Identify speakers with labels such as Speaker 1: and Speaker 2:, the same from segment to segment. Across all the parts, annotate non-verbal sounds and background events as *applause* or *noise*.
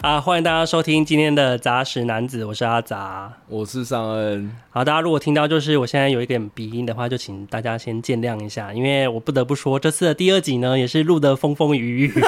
Speaker 1: 啊，欢迎大家收听今天的杂食男子，我是阿杂。
Speaker 2: 我是尚恩，
Speaker 1: *laughs* 好，大家如果听到就是我现在有一点鼻音的话，就请大家先见谅一下，因为我不得不说，这次的第二集呢，也是录的风风雨
Speaker 2: *laughs*
Speaker 1: 雨，本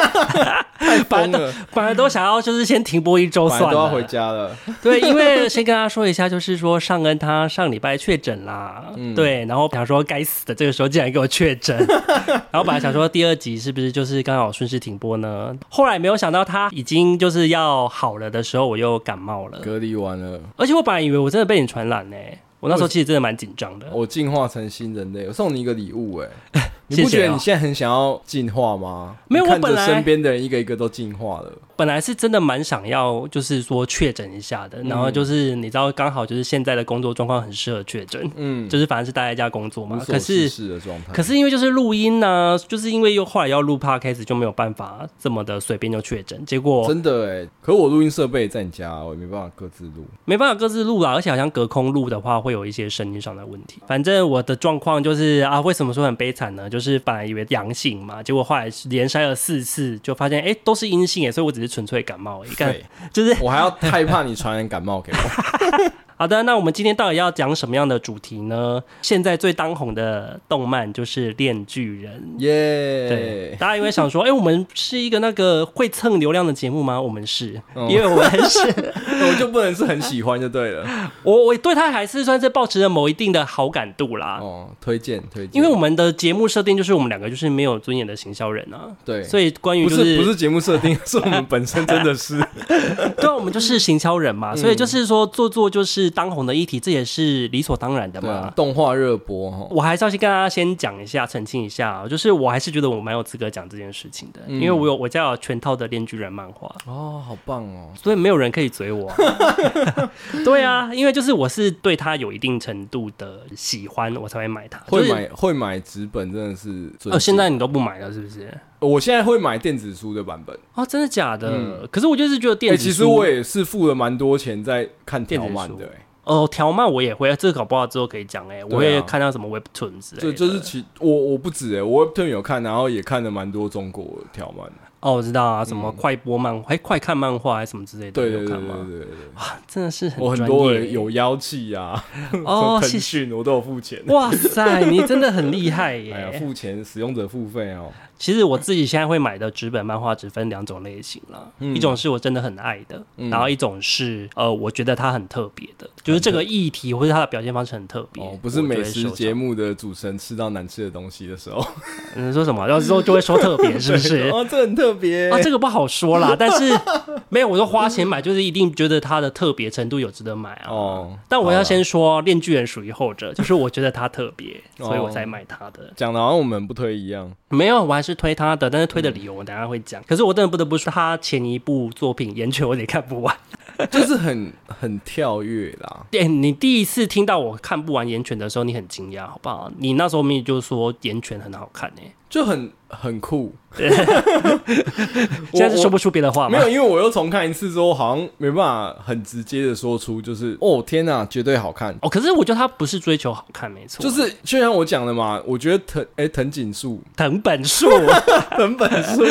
Speaker 1: 来
Speaker 2: 疯
Speaker 1: 都
Speaker 2: 了，
Speaker 1: 本来都想要就是先停播一周
Speaker 2: 本
Speaker 1: 算
Speaker 2: 来
Speaker 1: 了，
Speaker 2: 都要回家了。
Speaker 1: 对，因为先跟大家说一下，就是说尚恩他上礼拜确诊啦，
Speaker 2: 嗯
Speaker 1: 对，然后想说该死的，这个时候竟然给我确诊，
Speaker 2: *laughs*
Speaker 1: 然后本来想说第二集是不是就是刚好顺势停播呢？后来没有想到他已经就是要好了的时候，我又感冒了，
Speaker 2: 隔离完了，
Speaker 1: 而且我本来以为我真的被你传染呢、我那时候其实真的蛮紧张的。
Speaker 2: 我进化成新人类。我送你一个礼物、
Speaker 1: *laughs*
Speaker 2: 哎，你
Speaker 1: 谢
Speaker 2: 不
Speaker 1: 谢
Speaker 2: 觉得
Speaker 1: 哦
Speaker 2: 你现在很想要进化吗？
Speaker 1: 没有
Speaker 2: 你
Speaker 1: 我
Speaker 2: 看
Speaker 1: 本
Speaker 2: 着
Speaker 1: 来
Speaker 2: 身边的人一个一个都进化了。
Speaker 1: 本来是真的蛮想要，就是说确诊一下
Speaker 2: 嗯
Speaker 1: 的，然后就是你知道，刚好就是现在的工作状况很适合确诊，
Speaker 2: 嗯，
Speaker 1: 就是反正是待在家工作嘛
Speaker 2: 无。所
Speaker 1: 可是
Speaker 2: 事事的状态。
Speaker 1: 可是因为就是录音呢、就是因为又后来要录 podcast 就没有办法这么的随便就确诊，结果
Speaker 2: 真的哎、可我录音设备在你家，我也没办法各自
Speaker 1: *laughs*
Speaker 2: 录。
Speaker 1: 没办法各自录啦，而且好像隔空录的话会有一些声音上的问题。反正我的状况就是啊，为什么说很悲惨呢？就是本来以为阳性嘛，结果后来连筛了四次，就发现哎、诶都是阴性哎，所以我只是纯粹感冒而已。干
Speaker 2: 对，
Speaker 1: 就是
Speaker 2: 我还要害怕你传染感冒
Speaker 1: *laughs*
Speaker 2: 给我。
Speaker 1: 好的，那我们今天到底要讲什么样的主题呢？现在最当红的动漫就是《恋巨人》。对，
Speaker 2: 耶、
Speaker 1: 大家因为想说，哎、我们是一个那个会蹭流量的节目吗？我们是，
Speaker 2: 嗯
Speaker 1: 因为我们是， *laughs*
Speaker 2: 我就不能是很喜欢就对了。
Speaker 1: 我我对他还是算是保持了某一定的好感度啦。
Speaker 2: 哦，推荐推
Speaker 1: 因
Speaker 2: 荐，
Speaker 1: 为我们的节目设定就是我们两个就是没有尊严的行销人啊，
Speaker 2: 对，
Speaker 1: 所以关于
Speaker 2: 不
Speaker 1: 就是
Speaker 2: 不是节目设定，是我们本身真的是。
Speaker 1: *laughs* 对啊，我们就是行销人
Speaker 2: 嗯
Speaker 1: 嘛，所以就是说做做就是当红的议题，这也是理所当然的
Speaker 2: 对
Speaker 1: 嘛。
Speaker 2: 啊，动画热播哈，
Speaker 1: 我还是要先跟大家先讲一下，澄清一下，就是我还是觉得我蛮有资格讲这件事情
Speaker 2: 嗯
Speaker 1: 的，因为我有我家有全套的《恋巨人》漫画，
Speaker 2: 哦，好棒哦！
Speaker 1: 所以没有人可以嘴我、啊。
Speaker 2: *laughs*
Speaker 1: 对啊，因为就是我是对他有一定程度的喜欢，我才会买它。
Speaker 2: 会
Speaker 1: 就是
Speaker 2: 买会买纸本真的是尊
Speaker 1: 呃，现在
Speaker 2: 敬
Speaker 1: 你都不买了是不是？
Speaker 2: 我现在会买电子书的版本。
Speaker 1: 哦，真的假的？可是我就是觉得电
Speaker 2: 哎，
Speaker 1: 子
Speaker 2: 其实
Speaker 1: 书
Speaker 2: 我也是付了蛮多钱在看条漫
Speaker 1: 电
Speaker 2: 的
Speaker 1: 子，
Speaker 2: 哎
Speaker 1: 哦条漫我也会，这个搞不好之后可以讲哎、我
Speaker 2: 对啊
Speaker 1: 也看到什么 Webtoon 之类
Speaker 2: 就
Speaker 1: 的，
Speaker 2: 就是其我我不止哎，我 Webtoon 有看，然后也看了蛮多中国条漫。
Speaker 1: 哦我知道啊，什么快播漫画、哎快看漫画还是什么之类的，
Speaker 2: 嗯对
Speaker 1: 你有
Speaker 2: 对对
Speaker 1: 看
Speaker 2: 对
Speaker 1: 吗
Speaker 2: 对对对，
Speaker 1: 真的是很
Speaker 2: 我很
Speaker 1: 专
Speaker 2: 多
Speaker 1: 业
Speaker 2: 人有妖气啊， *laughs*
Speaker 1: 哦
Speaker 2: 腾
Speaker 1: 谢谢
Speaker 2: 讯我都有付钱。
Speaker 1: *laughs* 哇塞，你真的很厉害
Speaker 2: 哎呀，
Speaker 1: 耶！
Speaker 2: 付钱使用者付费哦，
Speaker 1: 其实我自己现在会买的纸本漫画只分两种类型啦，
Speaker 2: 嗯
Speaker 1: 一种是我真的很爱的，然后一种是呃，我觉得它很特别的，就是这个议题或者它的表现方式很特别。
Speaker 2: 哦，不是
Speaker 1: 我就
Speaker 2: 美
Speaker 1: 会收
Speaker 2: 食
Speaker 1: 藏
Speaker 2: 节，目的主持人吃到难吃的东西的时候，
Speaker 1: 你嗯说什么？然后之后就会说特别，是不
Speaker 2: *laughs*
Speaker 1: 是？
Speaker 2: 哦，这很特别
Speaker 1: 啊，这个不好说啦，但是没有，我说花钱买就是一定觉得它的特别程度有值得买啊。
Speaker 2: 哦。
Speaker 1: 但我
Speaker 2: 好
Speaker 1: 要
Speaker 2: 啦
Speaker 1: 先说，《恋巨人》属于后者，就是我觉得它特别，
Speaker 2: 哦
Speaker 1: 所以我才买它的。
Speaker 2: 讲的好像我们不推一样。
Speaker 1: 没有，我还是推他的，但是推的理由我等一下会讲。可是我真的不得不说，他前一部作品《岩泉》我也看不完。
Speaker 2: 就是很很跳跃啦。
Speaker 1: 哎、你第一次听到我看不完《岩泉》的时候，你很惊讶，好不好？你那时候明明就说《岩泉》很好看呢、欸
Speaker 2: 就很很 *laughs* 酷，
Speaker 1: 现在是说不出别的话
Speaker 2: 没
Speaker 1: 吗？
Speaker 2: 有，因为我又重看一次之后，好像没办法很直接的说出，就是哦天哪、绝对好看。
Speaker 1: 哦，可是我觉得他不是追求好看，没错，
Speaker 2: 就是就像我讲的嘛，我觉得藤哎、藤井 *laughs* 树
Speaker 1: 藤本树。
Speaker 2: 藤本树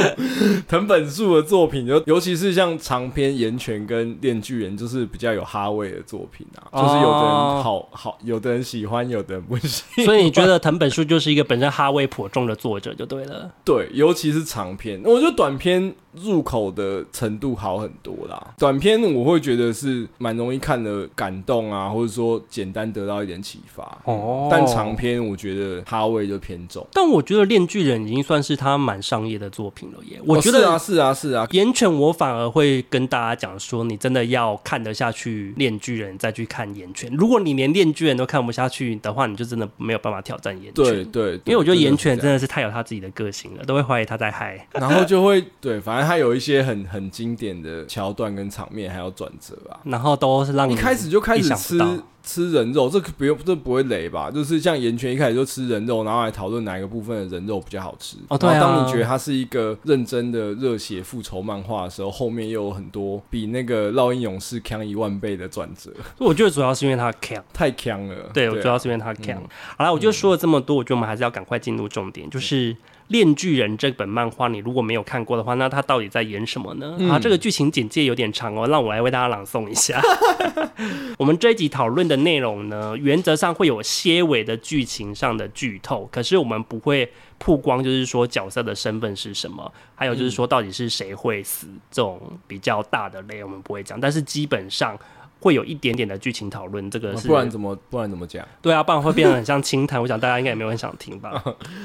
Speaker 2: 藤本树的作品，尤尤其是像长篇《岩泉》跟《恋巨人》，就是比较有哈味的作品啊，就是有的
Speaker 1: 哦
Speaker 2: 人好好，有的人喜欢，有的人不喜 *laughs* 欢。
Speaker 1: 所以你觉得藤本树就是一个本身哈味颇重的作者就对了。
Speaker 2: 对，尤其是长篇，我觉得短篇入口的程度好很多啦。短篇我会觉得是蛮容易看的感动啊，或者说简单得到一点启发。
Speaker 1: 哦
Speaker 2: 但长篇我觉得哈味就偏重。
Speaker 1: 但我觉得《恋巨人》已经算是他蛮商业的作品了耶。我觉得
Speaker 2: 哦是啊，是啊，是啊，
Speaker 1: 岩犬，我反而会跟大家讲说，你真的要看得下去《链锯人》，再去看《岩犬》。如果你连《链锯人》都看不下去的话，你就真的没有办法挑战《岩犬》。
Speaker 2: 对对，
Speaker 1: 因为我觉得岩犬 *laughs* 真
Speaker 2: 的
Speaker 1: 的是太有他自己的个性了，都会怀疑他在嗨。
Speaker 2: 是这样，然后就会对，反正他有一些很很经典的桥段跟场面，还有转折啊。
Speaker 1: 然后都是让你
Speaker 2: 一开始就开
Speaker 1: 意
Speaker 2: 始
Speaker 1: 想
Speaker 2: 吃
Speaker 1: 不到
Speaker 2: 吃人肉，这个不用这不会雷吧？就是像岩泉一开始就吃人肉，然后来讨论哪一个部分的人肉比较好吃。
Speaker 1: 哦对啊
Speaker 2: 然后当你觉得它是一个认真的热血复仇漫画的时候，后面又有很多比那个烙印勇士强一万倍的转折，
Speaker 1: 我觉得主要是因为他强，
Speaker 2: 太强了。
Speaker 1: 对，
Speaker 2: 啊嗯
Speaker 1: 我主要是因为他强。好了，我就说了这么多，我觉得我们还是要赶快进入重点，就是《链锯人》这本漫画，你如果没有看过的话，那它到底在演什么呢？
Speaker 2: 嗯
Speaker 1: 啊，这个剧情简介有点长哦，让我来为大家朗诵一下。 *laughs* 我们这一集讨论的内容呢，原则上会有些微的剧情上的剧透，可是我们不会曝光，就是说角色的身份是什么，还有就是说到底是谁会死、这种比较大的类，我们不会讲，但是基本上。会有一点点的剧情讨论，这个是
Speaker 2: 哦不然怎么不然怎么讲？
Speaker 1: 对啊，不然会变得很像清谈。我 *laughs* 想大家应该也没有很想听吧？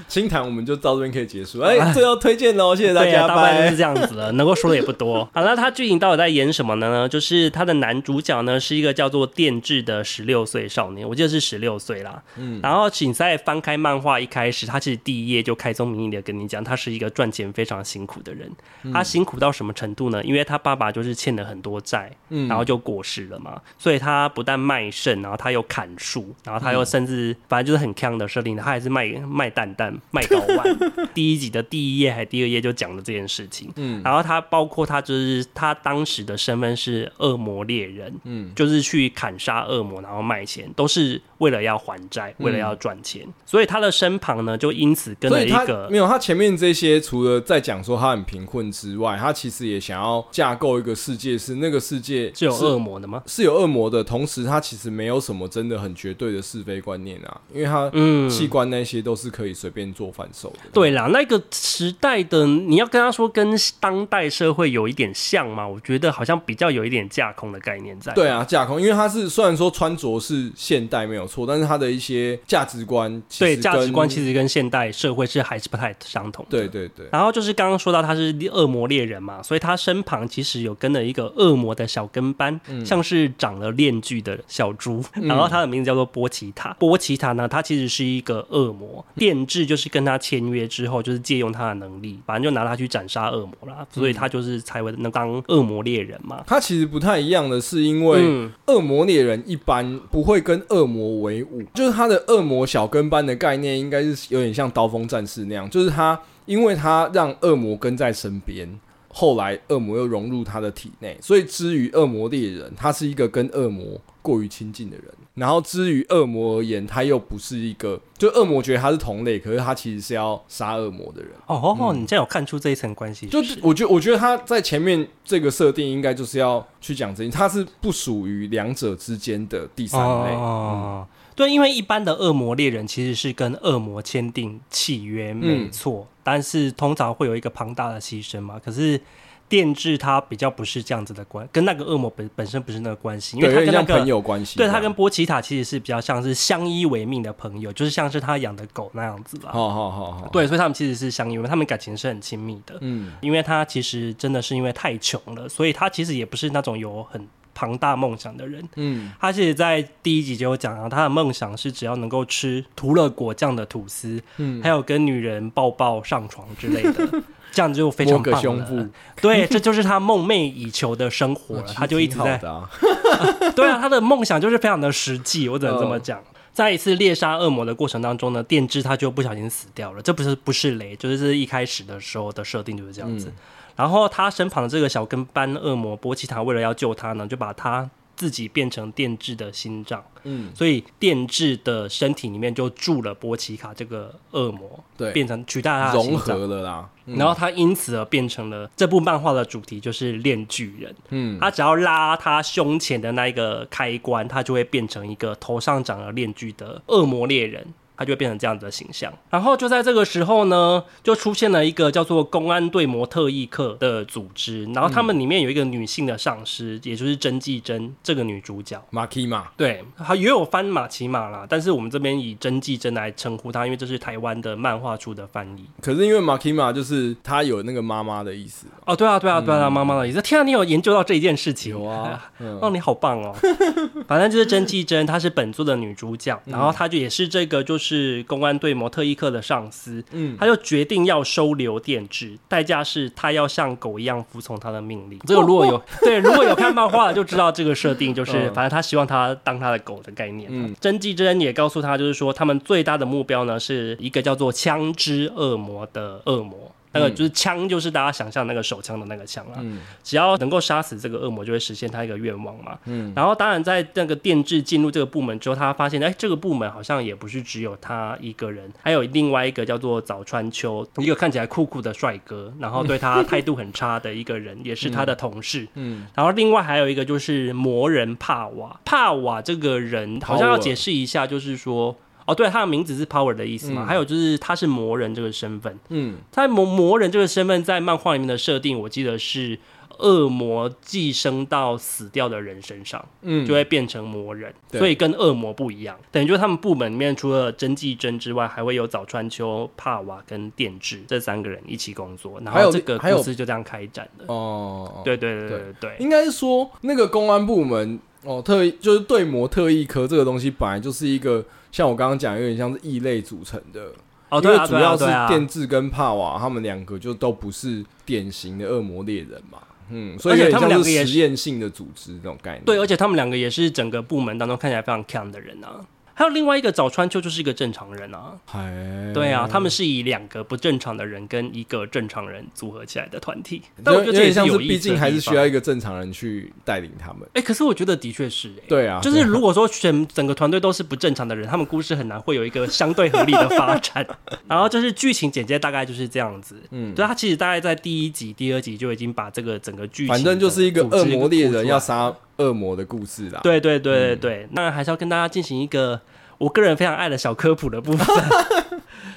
Speaker 2: 清谈我们就到这边可以结束。哎、最后推荐喽，谢 *laughs* 谢大
Speaker 1: 对啊
Speaker 2: 家，
Speaker 1: 大半就是
Speaker 2: 拜。
Speaker 1: 这样子了，能够说的也不 *laughs* 多。好，那他剧情到底在演什么呢？就是他的男主角呢是一个叫做电治的十六岁少年，我记得是十六岁啦。嗯，然后请再翻开漫画一开始，他其实第一页就开宗明义的跟你讲，他是一个赚钱非常辛苦的人。
Speaker 2: 嗯
Speaker 1: 他辛苦到什么程度呢？因为他爸爸就是欠了很多债，
Speaker 2: 嗯
Speaker 1: 然后就过世了嘛，所以他不但卖肾，然后他又砍树，然后他
Speaker 2: 嗯
Speaker 1: 又甚至、反正就是很强的设定，他还是卖卖蛋蛋、卖睾
Speaker 2: *laughs*
Speaker 1: 丸。第一集的第一页还第二页就讲了这件事情，嗯，然后他包括他就是他当时的身份是恶魔猎人，嗯，就是去砍杀恶魔，然后卖钱，都是为了要还债，为了要赚钱，所以他的身旁呢就因此跟
Speaker 2: 嗯所
Speaker 1: 了
Speaker 2: 以
Speaker 1: 一
Speaker 2: 他
Speaker 1: 个
Speaker 2: 没有，他前面这些除了在讲说他很贫困之外，他其实也想要架构一个世界，是那个世界
Speaker 1: 是有
Speaker 2: 是
Speaker 1: 恶魔的吗？
Speaker 2: 是有恶魔的，同时他其实没有什么真的很绝对的是非观念啊，因为他
Speaker 1: 嗯
Speaker 2: 器官那些都是可以随便做反手的。
Speaker 1: 对啦，那个时代的你要跟他说跟当代社会有一点像嘛，我觉得好像比较有一点架空的概念在。
Speaker 2: 对啊，架空，因为他是虽然说穿着是现代没有错，但是他的一些价值观其
Speaker 1: 对，
Speaker 2: 实
Speaker 1: 价值
Speaker 2: 跟
Speaker 1: 观其实跟现代社会是还是不太相同的。
Speaker 2: 对对对，
Speaker 1: 然后就是刚刚说到他是恶魔猎人嘛，所以他身旁其实有跟了一个恶魔的小跟班，像是长了链锯的小猪。然后他的名字叫做波奇塔。波奇塔呢，他其实是一个恶魔，电制就是跟他签约之后，就是借用他的能力，反正就拿他去斩杀恶魔啦。所以他就是才会能当恶魔猎人嘛。
Speaker 2: 他其实不太一样的是，因为
Speaker 1: 嗯
Speaker 2: 恶魔猎人一般不会跟恶魔为伍，就是他的恶魔小跟班的概念应该是有点像刀锋战士那样，就是他因为他让恶魔跟在身边。后来，恶魔又融入他的体内，所以之于恶魔猎人，他是一个跟恶魔过于亲近的人。然后，之于恶魔而言，他又不是一个，就恶魔觉得他是同类，可是他其实是要杀恶魔的人。
Speaker 1: 哦，你现在有看出这一层关系？
Speaker 2: 就是我觉得，我觉得他在前面这个设定应该就是要去讲这些，他是不属于两者之间的第三类。
Speaker 1: 哦，对，因为一般的恶魔猎人其实是跟恶魔签订契约，
Speaker 2: 嗯
Speaker 1: 没错，但是通常会有一个庞大的牺牲嘛。可是电治他比较不是这样子的关，跟那个恶魔本本身不是那个关系，因
Speaker 2: 对，
Speaker 1: 为
Speaker 2: 有
Speaker 1: 他
Speaker 2: 点
Speaker 1: 跟那
Speaker 2: 像朋
Speaker 1: 个。
Speaker 2: 友关系这
Speaker 1: 对
Speaker 2: 样。
Speaker 1: 他跟波奇塔其实是比较像是相依为命的朋友，就是像是他养的狗那样子吧。
Speaker 2: 好好好好，，
Speaker 1: 对，所以他们其实是相依为命，他们感情是很亲密的。
Speaker 2: 嗯，
Speaker 1: 因为他其实真的是因为太穷了，所以他其实也不是那种有很庞大梦想的人。
Speaker 2: 嗯，
Speaker 1: 他其实，在第一集就有讲啊，他的梦想是只要能够吃涂了果酱的吐司，嗯，还有跟女人抱抱、上床之类的，这样就非
Speaker 2: 摸
Speaker 1: 常
Speaker 2: 个
Speaker 1: 棒
Speaker 2: 胸
Speaker 1: 了
Speaker 2: 部，
Speaker 1: 对，这就是他梦寐以求的生活
Speaker 2: *laughs*
Speaker 1: 了。他就一直在
Speaker 2: 挺好的啊，
Speaker 1: *laughs* 对啊，他的梦想就是非常的实际，我只能这
Speaker 2: 嗯
Speaker 1: 么讲。在一次猎杀恶魔的过程当中呢，电之他就不小心死掉了，这不是不是雷，就是这是一开始的时候的设定就是这样
Speaker 2: 嗯
Speaker 1: 子。然后他身旁的这个小跟班恶魔波奇塔为了要救他呢，就把他自己变成电治的心脏，
Speaker 2: 嗯，
Speaker 1: 所以电治的身体里面就住了波奇卡这个恶魔，
Speaker 2: 对
Speaker 1: 变成取代他的心
Speaker 2: 融
Speaker 1: 脏
Speaker 2: 合了啦。
Speaker 1: 然后他因此而变成了这部漫画的主题，就是炼巨人。嗯，他只要拉他胸前的那一个开关，他就会变成一个头上长了链锯的恶魔猎人。他就会变成这样子的形象。然后就在这个时候呢，就出现了一个叫做公安队模特异课的组织，然后他们里面有一个女性的上司，也就是甄纪珍这个女主角。
Speaker 2: 马 k 嘛，
Speaker 1: 对，它也有翻马奇马啦，但是我们这边以真纪真来称呼它，因为这是台湾的漫画出的翻译。
Speaker 2: 可是因为马 k 嘛就是他有那个妈妈的意思，
Speaker 1: 哦，对啊，对啊，对啊，妈妈的意思。天啊，你有研究到这一件事情？
Speaker 2: 嗯有
Speaker 1: *laughs*
Speaker 2: 啊，嗯
Speaker 1: 哦，你好棒哦！ *laughs* 反正就是甄纪真，她是本作的女主角，
Speaker 2: 嗯
Speaker 1: 然后她就也是这个就是公安队模特一课的上司，
Speaker 2: 嗯
Speaker 1: 她就决定要收留电治，代价是她要像狗一样服从他的命
Speaker 2: *laughs* 哦
Speaker 1: 令。这个如果有 *laughs* 对如果有看漫画的就知道这个设定，就是
Speaker 2: 嗯
Speaker 1: 反正她希望她当她的狗的概念
Speaker 2: 嗯
Speaker 1: 啊。甄纪真也告诉她，就是说他们最大的目标呢是一个叫做枪支恶魔的恶魔。那个就是枪，就是大家想象那个手枪的那个枪啊啦。
Speaker 2: 嗯
Speaker 1: 只要能够杀死这个恶魔，就会实现他一个愿望嘛。
Speaker 2: 嗯
Speaker 1: 然后当然在那个电治进入这个部门之后，他发现哎，这个部门好像也不是只有他一个人，还有另外一个叫做早川秋，
Speaker 2: 嗯
Speaker 1: 一个看起来酷酷的帅哥，然后对他态度很差的一个人，也是他的同事。
Speaker 2: 嗯，
Speaker 1: 然后另外还有一个就是魔人帕瓦，帕瓦这个人好像要解释一下，就是说。哦，对，他的名字是 Power 的意思嘛？
Speaker 2: 嗯
Speaker 1: 还有就是他是魔人这个身份，
Speaker 2: 嗯
Speaker 1: 在魔魔人这个身份在漫画里面的设定，我记得是恶魔寄生到死掉的人身上，
Speaker 2: 嗯，
Speaker 1: 就会变成魔人，
Speaker 2: 对
Speaker 1: 所以跟恶魔不一样。等于就是他们部门里面除了真纪真之外，还会有早川秋、帕瓦跟电治这三个人一起工作，然
Speaker 2: 还有
Speaker 1: 后这个
Speaker 2: 还有
Speaker 1: 故事就这样开展的。
Speaker 2: 哦，
Speaker 1: 对对对对对对
Speaker 2: 应该是说那个公安部门哦，特就是对模特异科这个东西，本来就是一个像我刚刚讲，有点像是异类组成的。
Speaker 1: 哦，
Speaker 2: 因
Speaker 1: 对
Speaker 2: 为
Speaker 1: 啊，
Speaker 2: 主
Speaker 1: 对啊，
Speaker 2: 要是
Speaker 1: 对啊。
Speaker 2: 电治跟帕瓦他们两个就都不是典型的恶魔猎人嘛，嗯，所以
Speaker 1: 而且
Speaker 2: 有
Speaker 1: 他
Speaker 2: 点
Speaker 1: 们
Speaker 2: 像
Speaker 1: 两个也
Speaker 2: 是
Speaker 1: 是
Speaker 2: 实验性的组织那种概念。
Speaker 1: 对，而且他们两个也是整个部门当中看起来非常强的人啊。还有另外一个早川秋就是一个正常人啊，
Speaker 2: 哎，
Speaker 1: 对啊，他们是以两个不正常的人跟一个正常人组合起来的团体，但
Speaker 2: 就
Speaker 1: 我觉
Speaker 2: 有
Speaker 1: 得这也
Speaker 2: 点像
Speaker 1: 有意思的
Speaker 2: 毕竟还是需要
Speaker 1: 地
Speaker 2: 一个正常人去带领他们。
Speaker 1: 方。哎、可是我觉得的确是、哎，
Speaker 2: 对啊，
Speaker 1: 就是如果说全整个团队都是不正常的人，他们故事很难会有一个相对合理的发
Speaker 2: *laughs*
Speaker 1: 展。然后就是剧情简介大概就是这样子，
Speaker 2: 嗯
Speaker 1: 嗯，对，他其实大概在第一集、第二集就已经把这个整个剧情，
Speaker 2: 啊反正就是一个恶魔猎人要
Speaker 1: 杀。
Speaker 2: 杀恶魔的故事啦。啊
Speaker 1: 对对对对
Speaker 2: 嗯
Speaker 1: 对，那还是要跟大家进行一个我个人非常爱的小科普的
Speaker 2: *laughs*
Speaker 1: 部分。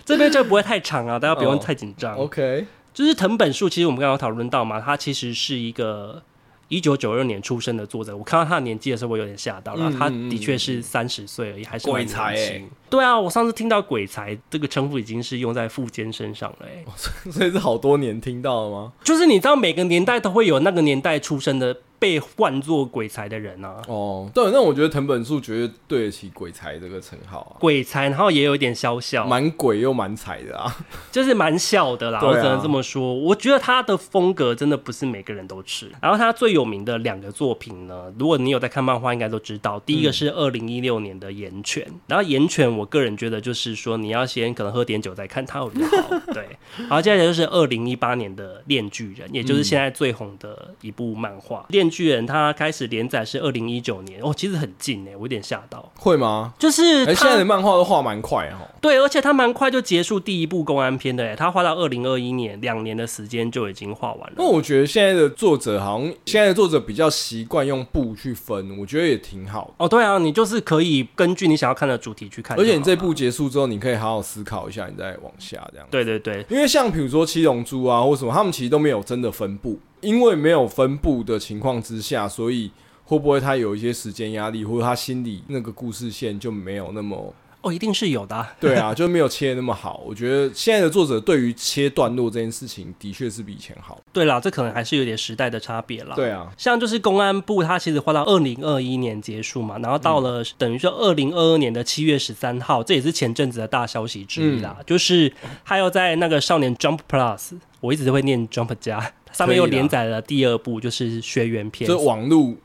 Speaker 1: 这边就不会太长啊，大家不用太紧张。
Speaker 2: 哦，OK， *laughs*
Speaker 1: 就是藤本树，其实我们刚刚有讨论到嘛，他其实是一个一九九二年出生的作者。我看到他的年纪的时候，我有点吓到了。
Speaker 2: 嗯
Speaker 1: 他
Speaker 2: 嗯嗯
Speaker 1: 的确是三十岁而已，还是蛮
Speaker 2: 鬼
Speaker 1: 年
Speaker 2: 才欸
Speaker 1: 轻对啊，我上次听到“鬼才”这个称呼已经是用在富坚身上了、欸。
Speaker 2: 哦所以是好多年听到了吗？
Speaker 1: 就是你知道，每个年代都会有那个年代出生的被唤作鬼才的人啊。
Speaker 2: 哦，对，那我觉得藤本树绝对对得起“鬼才”这个称号
Speaker 1: 鬼才，然后也有一点潇潇
Speaker 2: 啊，，蛮鬼又蛮才的啊。
Speaker 1: 就是蛮笑的啦，
Speaker 2: 对啊
Speaker 1: 我只能这么说。我觉得他的风格真的不是每个人都吃。然后他最有名的两个作品呢，如果你有在看漫画，应该都知道。第一个是
Speaker 2: 嗯
Speaker 1: 二零一六年的《岩泉》，然后《岩泉》我个人觉得就是说，你要先可能喝点酒再看它会比较好。
Speaker 2: *laughs*
Speaker 1: 对，然后接下来就是二零一八年的《恋巨人》，也就是现在最红的一部漫画。恋巨人》它开始连载是二零一九年，哦，其实很近哎、我有点吓到。
Speaker 2: 会吗？
Speaker 1: 就是它
Speaker 2: 哎、现在的漫画都画蛮快哦。
Speaker 1: 对，而且他蛮快就结束第一部公安片的耶，他画到二零二一年，两年的时间就已经画完
Speaker 2: 那
Speaker 1: 了。
Speaker 2: 我觉得现在的作者好像现在的作者比较习惯用布去分，我觉得也挺好的。
Speaker 1: 哦，对啊，你就是可以根据你想要看的主题去看就好了。
Speaker 2: 而且你这部结束之后，你可以好好思考一下，你再往下这样。
Speaker 1: 对对对，
Speaker 2: 因为像比如说《七龙珠》啊，或什么，他们其实都没有真的分布，因为没有分布的情况之下，所以会不会他有一些时间压力，或者他心里那个故事线就没有那么
Speaker 1: 哦，一定是有的啊、
Speaker 2: 对
Speaker 1: *laughs*
Speaker 2: 啊，就没有切得那么好。我觉得现在的作者对于切段落这件事情，的确是比以前好。
Speaker 1: 对啦，这可能还是有点时代的差别啦。
Speaker 2: 对啊，
Speaker 1: 像就是公安部，它其实画到二零二一年结束嘛，然后到了
Speaker 2: 嗯
Speaker 1: 等于说二零二二年的七月十三号，这也是前阵子的大消息之一啦，
Speaker 2: 嗯
Speaker 1: 就是它又在那个少年 Jump Plus，我一直都会念 Jump 加，上面又
Speaker 2: 可以啦
Speaker 1: 连载了第二部，就是学员篇。
Speaker 2: 这网络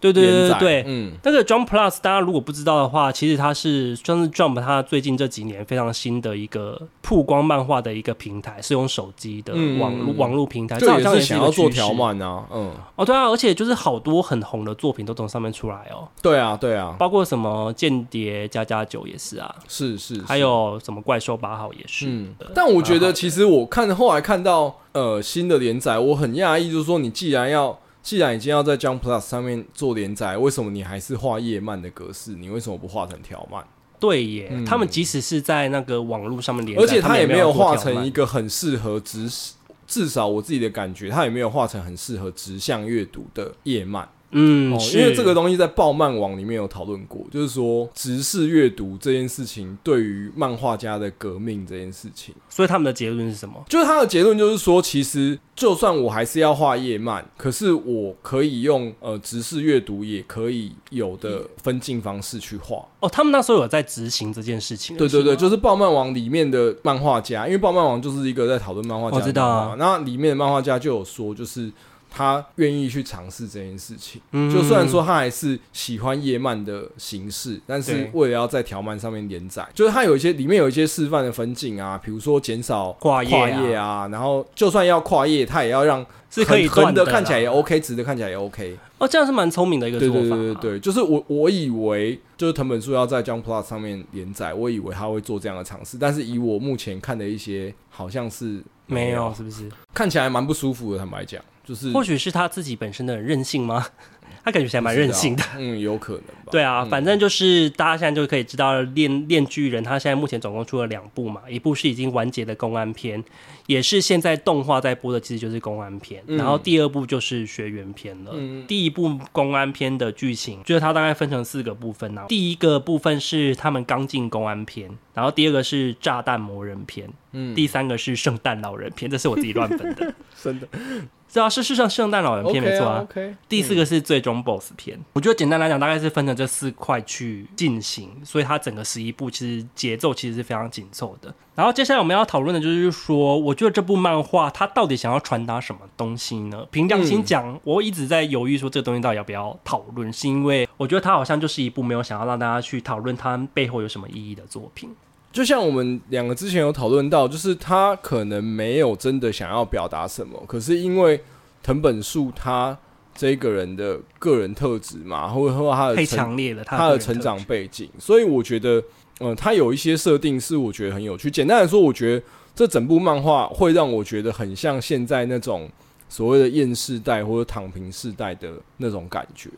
Speaker 1: 对对对
Speaker 2: 连
Speaker 1: 对
Speaker 2: 载，
Speaker 1: 对，
Speaker 2: 嗯
Speaker 1: 那个 Jump Plus，大家如果不知道的话，其实它是算是 Jump 它最近这几年非常新的一个曝光漫画的一个平台，是用手机的
Speaker 2: 嗯
Speaker 1: 网络、
Speaker 2: 嗯
Speaker 1: 网络平台，这
Speaker 2: 就
Speaker 1: 好
Speaker 2: 也
Speaker 1: 像也
Speaker 2: 是
Speaker 1: 是
Speaker 2: 想
Speaker 1: 一个
Speaker 2: 要做
Speaker 1: 趋
Speaker 2: 条
Speaker 1: 势
Speaker 2: 漫啊，嗯，
Speaker 1: 哦，对啊，而且就是好多很红的作品都从上面出来哦，
Speaker 2: 对啊，对啊，
Speaker 1: 包括什么《间谍加加九》也是啊，
Speaker 2: 是是，是
Speaker 1: 还有呃什么《怪兽八号》也是。
Speaker 2: 嗯，但我觉得其实我看后来看到呃新的连载，我很讶异，就是说你既然要既然已经要在 Jump Plus 上面做连载，为什么你还是画页漫的格式？你为什么不画成条漫？
Speaker 1: 对耶，
Speaker 2: 嗯
Speaker 1: 他们即使是在那个网络上面连载，
Speaker 2: 而且
Speaker 1: 他
Speaker 2: 它也
Speaker 1: 没
Speaker 2: 没
Speaker 1: 多
Speaker 2: 有画
Speaker 1: 条
Speaker 2: 成
Speaker 1: 漫
Speaker 2: 一个很适合直，至少我自己的感觉，它也没有画成很适合直向阅读的页漫。
Speaker 1: 嗯，
Speaker 2: 哦，
Speaker 1: 是
Speaker 2: 因为这个东西在爆漫网里面有讨论过，就是说直视阅读这件事情对于漫画家的革命这件事情，
Speaker 1: 所以他们的结论是什么？
Speaker 2: 就是他的结论就是说，其实就算我还是要画页漫，可是我可以用呃直视阅读也可以有的分镜方式去画。
Speaker 1: 哦，他们那时候有在执行这件事情，
Speaker 2: 对对
Speaker 1: 是吗
Speaker 2: 对，就是爆漫网里面的漫画家，因为爆漫网就是一个在讨论漫画家的漫
Speaker 1: 我
Speaker 2: 画，
Speaker 1: 知道啊
Speaker 2: 那里面的漫画家就有说，就是他愿意去尝试这件事情。
Speaker 1: 嗯
Speaker 2: 就虽然说他还是喜欢夜漫的形式，但是
Speaker 1: 对
Speaker 2: 为了要在条漫上面连载，就是他有一些里面有一些示范的分镜啊，比如说减少
Speaker 1: 跨页啊
Speaker 2: 跨页啊，然后就算要跨页，他也要让
Speaker 1: 是可以
Speaker 2: 横
Speaker 1: 断
Speaker 2: 横的
Speaker 1: 啦
Speaker 2: 看起来也 OK，直的看起来也 OK。
Speaker 1: 哦，这样是蛮聪明的一个
Speaker 2: 对
Speaker 1: 做
Speaker 2: 对
Speaker 1: 法，啊
Speaker 2: 对对对，就是我我以为就是藤本树要在 Jump Plus 上面连载，我以为他会做这样的尝试，但是以我目前看的一些，好像是
Speaker 1: 没有，是不是？
Speaker 2: 看起来蛮不舒服的。坦白讲，就是
Speaker 1: 或许是他自己本身的任性吗？ *laughs* 他感觉起来蛮任性的。
Speaker 2: 不知道，嗯，有可能吧。
Speaker 1: 对啊，
Speaker 2: 嗯
Speaker 1: 反正就是大家现在就可以知道《恋恋巨人》，他现在目前总共出了两部嘛，一部是已经完结的公安片，也是现在动画在播的，其实就是公安片。
Speaker 2: 嗯
Speaker 1: 然后第二部就是学员片了。
Speaker 2: 嗯
Speaker 1: 第一部公安片的剧情，就是它大概分成四个部分啊。第一个部分是他们刚进公安篇，然后第二个是炸弹魔人篇，
Speaker 2: 嗯
Speaker 1: 第三个是圣诞老人篇，这是我自己乱分的。
Speaker 2: *laughs* 真的
Speaker 1: 是啊，是是圣圣诞老人
Speaker 2: OK
Speaker 1: 篇没错
Speaker 2: 啊，OK。
Speaker 1: 第四个是最终 BOSS 篇，我觉得简单来讲，大概是分成这四块去进行，所以它整个十一部其实节奏其实是非常紧凑的。然后接下来我们要讨论的就是说，我觉得这部漫画它到底想要传达什么东西呢？凭良心讲，我一直在犹豫说这个东西到底要不要讨论，是因为我觉得它好像就是一部没有想要让大家去讨论它背后有什么意义的作品。
Speaker 2: 就像我们两个之前有讨论到，就是他可能没有真的想要表达什么，可是因为藤本树他这个人的个人特质嘛，或者说他的
Speaker 1: 太
Speaker 2: 呃成
Speaker 1: 强烈了，它
Speaker 2: 他
Speaker 1: 个人
Speaker 2: 的
Speaker 1: 特
Speaker 2: 成
Speaker 1: 质
Speaker 2: 长背景，所以我觉得，呃，他有一些设定是我觉得很有趣。简单来说，我觉得这整部漫画会让我觉得很像现在那种所谓的厌世代或者躺平世代的那种感觉。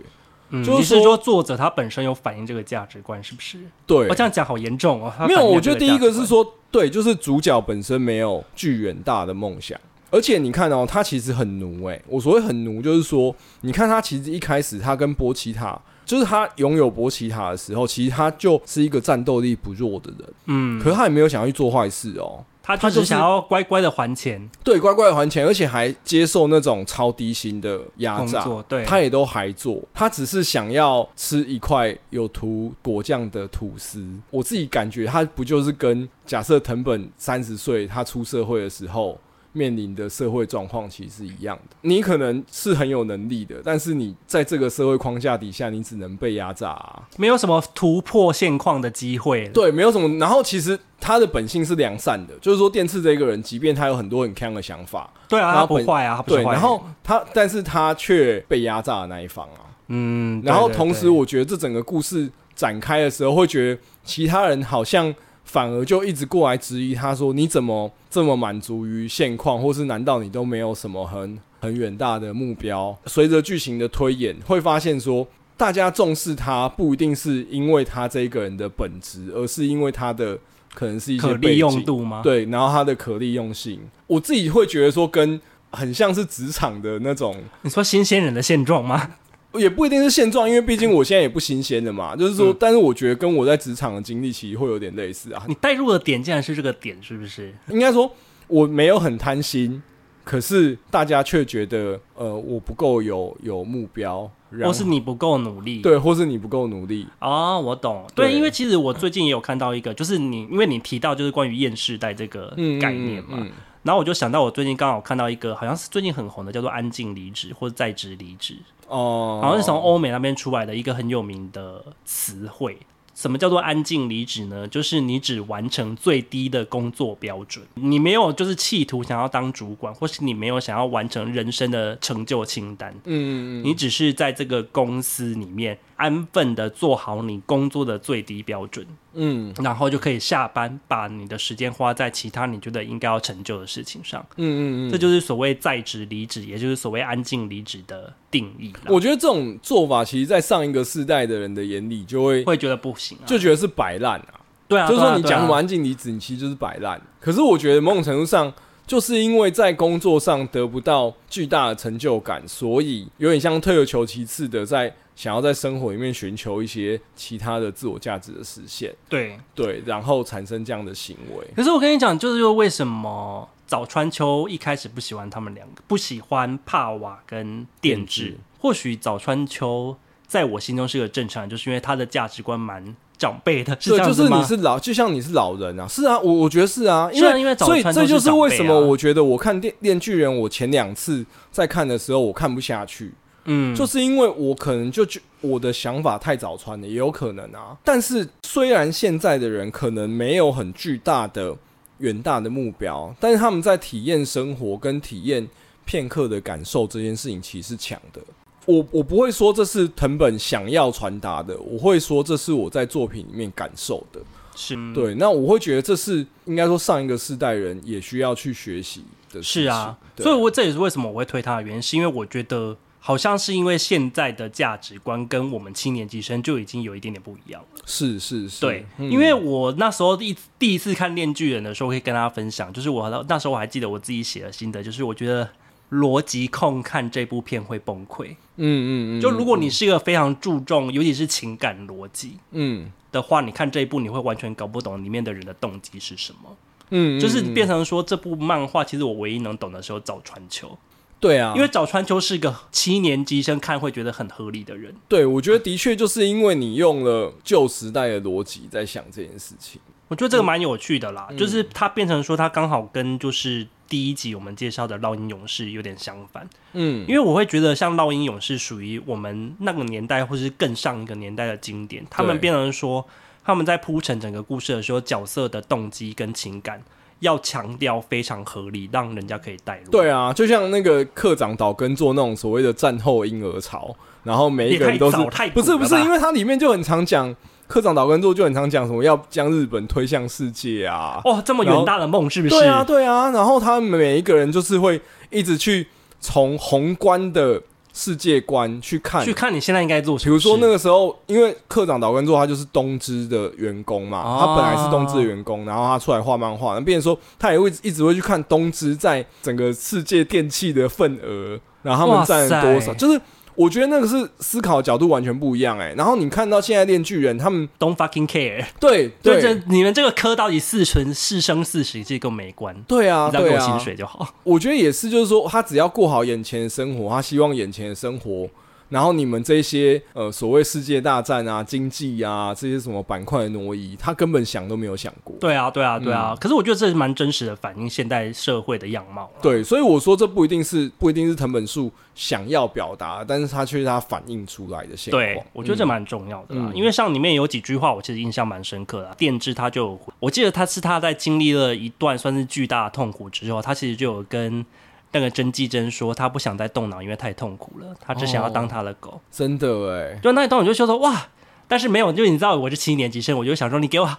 Speaker 1: 嗯，
Speaker 2: 就是
Speaker 1: 你是
Speaker 2: 说
Speaker 1: 说作者他本身有反映这个价值观，是不是？
Speaker 2: 对，
Speaker 1: 我这样讲好严重哦。他
Speaker 2: 没有，
Speaker 1: 反映
Speaker 2: 我觉得
Speaker 1: 这
Speaker 2: 第一
Speaker 1: 价值
Speaker 2: 个是
Speaker 1: 观
Speaker 2: 说，对，就是主角本身没有巨远大的梦想，而且你看哦，他其实很奴诶、我所谓很奴，就是说，你看他其实一开始他跟波奇塔，就是他拥有波奇塔的时候，其实他就是一个战斗力不弱的人，
Speaker 1: 嗯，
Speaker 2: 可是他也没有想要去做坏事哦。
Speaker 1: 他
Speaker 2: 他
Speaker 1: 就
Speaker 2: 就是是
Speaker 1: 想要乖乖的还钱
Speaker 2: 对，乖乖地还钱，而且还接受那种超低薪的压
Speaker 1: 工
Speaker 2: 榨，
Speaker 1: 作，对，
Speaker 2: 他也都还做，他只是想要吃一块有涂果酱的吐司。我自己感觉他不就是跟假设藤本三十岁他出社会的时候面临的社会状况其实是一样的。你可能是很有能力的，但是你在这个社会框架底下，你只能被压榨、啊。
Speaker 1: 没有什么突破现况的机会。，
Speaker 2: 对，没有什么。然后其实他的本性是良善的，就是说电次这个人，即便他有很多很 can 的想法，
Speaker 1: 对啊，
Speaker 2: 然
Speaker 1: 他
Speaker 2: 后
Speaker 1: 不
Speaker 2: 本
Speaker 1: 坏啊，他不是
Speaker 2: 对，
Speaker 1: 坏人。
Speaker 2: 然后他，但是他却被压榨的那一方啊。
Speaker 1: 嗯，对
Speaker 2: 然后
Speaker 1: 对
Speaker 2: 同
Speaker 1: 对
Speaker 2: 时，我觉得这整个故事展开的时候，会觉得其他人好像反而就一直过来质疑他说：“你怎么这么满足于现况，或是难道你都没有什么很很远大的目标？”随着剧情的推演，会发现说。大家重视他，不一定是因为他这个人的本质，而是因为他的可能是一些
Speaker 1: 可
Speaker 2: 背
Speaker 1: 利用
Speaker 2: 景
Speaker 1: 度吗？，
Speaker 2: 对，然后它的可利用性，我自己会觉得说跟很像是职场的那种，
Speaker 1: 你说新鲜人的现状吗？ *laughs*
Speaker 2: 也不一定是现状，因为毕竟我现在也不新鲜了嘛。就是说，
Speaker 1: 嗯
Speaker 2: 但是我觉得跟我在职场的经历其实会有点类似啊。
Speaker 1: 你带入的点竟然是这个点，是不是？
Speaker 2: 应该说我没有很贪心，可是大家却觉得呃我不够有有目标，然
Speaker 1: 或
Speaker 2: 后
Speaker 1: 是你不够努力？
Speaker 2: 对，或是你不够努力，
Speaker 1: 哦，我懂。对，
Speaker 2: 对
Speaker 1: 因为其实我最近也有看到一个，就是你，因为你提到就是关于厌世代这个
Speaker 2: 嗯，
Speaker 1: 概念嘛，
Speaker 2: 嗯嗯
Speaker 1: 然后我就想到我最近刚好看到一个，好像是最近很红的，叫做“安静离职”或者“在职离职”。
Speaker 2: 哦、
Speaker 1: 好像是从欧美那边出来的一个很有名的词汇。什么叫做安静离职呢？就是你只完成最低的工作标准，你没有就是企图想要当主管，或是你没有想要完成人生的成就清单，
Speaker 2: 嗯嗯嗯
Speaker 1: 你只是在这个公司里面安分的做好你工作的最低标准，
Speaker 2: 嗯
Speaker 1: 然后就可以下班，把你的时间花在其他你觉得应该要成就的事情上。
Speaker 2: 嗯嗯嗯，
Speaker 1: 这就是所谓在职离职，也就是所谓安静离职的定义啦。
Speaker 2: 我觉得这种做法，其实在上一个世代的人的眼里，就会
Speaker 1: 会觉得不行啊，
Speaker 2: 就觉得是摆烂啊。
Speaker 1: 对啊，
Speaker 2: 就是
Speaker 1: 对
Speaker 2: 说
Speaker 1: 啊
Speaker 2: 你讲什么，安静离职，你其实就是摆烂。可是我觉得某种程度上，就是因为在工作上得不到巨大的成就感，所以有点像退而求其次的，在想要在生活里面寻求一些其他的自我价值的实现，
Speaker 1: 对啊对。
Speaker 2: 对，然后产生这样的行为。
Speaker 1: 可是我跟你讲，就是为什么早川秋一开始不喜欢他们两个，不喜欢帕瓦跟电
Speaker 2: 电
Speaker 1: 治
Speaker 2: 治。
Speaker 1: 或许早川秋在我心中是个正常人，就是因为他的价值观蛮长辈的，是这
Speaker 2: 对，
Speaker 1: 样
Speaker 2: 就
Speaker 1: 子
Speaker 2: 是
Speaker 1: 吗？
Speaker 2: 你是老，就像你是老人啊，是啊，我我觉得是啊，因为
Speaker 1: 是啊因为早
Speaker 2: 所以
Speaker 1: 餐
Speaker 2: 这
Speaker 1: 都是
Speaker 2: 就是为什
Speaker 1: 长
Speaker 2: 么
Speaker 1: 辈啊
Speaker 2: 我觉得我看电《电锯人》，我前两次在看的时候我看不下去，
Speaker 1: 嗯，
Speaker 2: 就是因为我可能就觉我的想法太早穿了，也有可能啊。但是虽然现在的人可能没有很巨大的远大的目标，但是他们在体验生活跟体验片刻的感受这件事情，其实是强的。我我不会说这是藤本想要传达的，我会说这是我在作品里面感受的。
Speaker 1: 是
Speaker 2: 对，那我会觉得这是应该说上一个世代人也需要去学习的事情。
Speaker 1: 是啊，
Speaker 2: 对
Speaker 1: 所以我这也是为什么我会推他的原因，是因为我觉得好像是因为现在的价值观跟我们七年级生就已经有一点点不一样了。
Speaker 2: 是是是，
Speaker 1: 对，
Speaker 2: 嗯
Speaker 1: 因为我那时候第第一次看《恋巨人》的时候，可以跟大家分享，就是我那时候我还记得我自己写的心得，就是我觉得逻辑控看这部片会崩溃。
Speaker 2: 嗯嗯嗯，
Speaker 1: 就如果你是一个非常注重，尤其是情感逻辑
Speaker 2: 嗯
Speaker 1: 的话，你看这一部你会完全搞不懂里面的人的动机是什么，
Speaker 2: 嗯，嗯
Speaker 1: 就是
Speaker 2: 嗯
Speaker 1: 变成说这部漫画其实我唯一能懂的时候找川球，
Speaker 2: 对啊，
Speaker 1: 因为早川秋是个七年级生看会觉得很合理的人，
Speaker 2: 对我觉得的确就是因为你用了旧时代的逻辑在想这件事情。
Speaker 1: 我觉得这个
Speaker 2: 嗯
Speaker 1: 蛮有趣的啦，就是他变成说他刚好跟就是第一集我们介绍的烙印勇士有点相反，
Speaker 2: 嗯
Speaker 1: 因为我会觉得像烙印勇士属于我们那个年代或是更上一个年代的经典，他们
Speaker 2: 对
Speaker 1: 变成说他们在铺陈整个故事的时候，角色的动机跟情感要强调非常合理，让人家可以带入。
Speaker 2: 对啊，就像那个课长岛根做那种所谓的战后婴儿潮，然后每一个人都是
Speaker 1: 也太早太古
Speaker 2: 不是
Speaker 1: 了
Speaker 2: 不
Speaker 1: 吧
Speaker 2: 是，因为它里面就很常讲课长岛根做就很常讲什么要将日本推向世界啊，
Speaker 1: 哦，这么远大的梦是不是？
Speaker 2: 对啊，对啊，然后他们每一个人就是会一直去从宏观的世界观去看
Speaker 1: 去看你现在应该做什
Speaker 2: 啊比
Speaker 1: 么。
Speaker 2: 如说那，个时候，因为科长岛根座他就是东芝的员工嘛，
Speaker 1: 哦
Speaker 2: 他本来是东芝的员工，然后他出来画漫画，那变成说他也会一直会去看东芝在整个世界电器的份额，然后他们占了多
Speaker 1: 哇
Speaker 2: 少，
Speaker 1: 塞
Speaker 2: 就是。我觉得那个是思考角度完全不一样哎、然后你看到现在《炼巨人》，他们
Speaker 1: Don't fucking care。
Speaker 2: 对
Speaker 1: 对，
Speaker 2: 对
Speaker 1: 这你们这个科到底是存是生是死，这跟我没关。
Speaker 2: 对啊
Speaker 1: 你只要给
Speaker 2: 对
Speaker 1: 我
Speaker 2: 啊
Speaker 1: 薪，水就好。
Speaker 2: 我觉得也是，就是说他只要过好眼前的生活，他希望眼前的生活，然后你们这些呃所谓世界大战啊、经济啊这些什么板块的挪移，他根本想都没有想过。
Speaker 1: 对啊，对啊，对啊。可是我觉得这是蛮真实的反映现代社会的样貌啦。
Speaker 2: 对，所以我说这不一定是不一定是藤本树想要表达，但是他却是他反映出来的现况。
Speaker 1: 对，我觉得这
Speaker 2: 嗯
Speaker 1: 蛮重要的啦，
Speaker 2: 嗯
Speaker 1: 因为像里面有几句话，我其实印象蛮深刻的啊。电治他就有，我记得他是他在经历了一段算是巨大的痛苦之后，他其实就有跟那个甄纪真说，他不想再动脑，因为太痛苦了，他只想要当他的狗。
Speaker 2: 真的
Speaker 1: *laughs*
Speaker 2: 哎、
Speaker 1: 就那一段，我就觉得哇。但是没有，就你知道我是七年级生，我就想说你给我，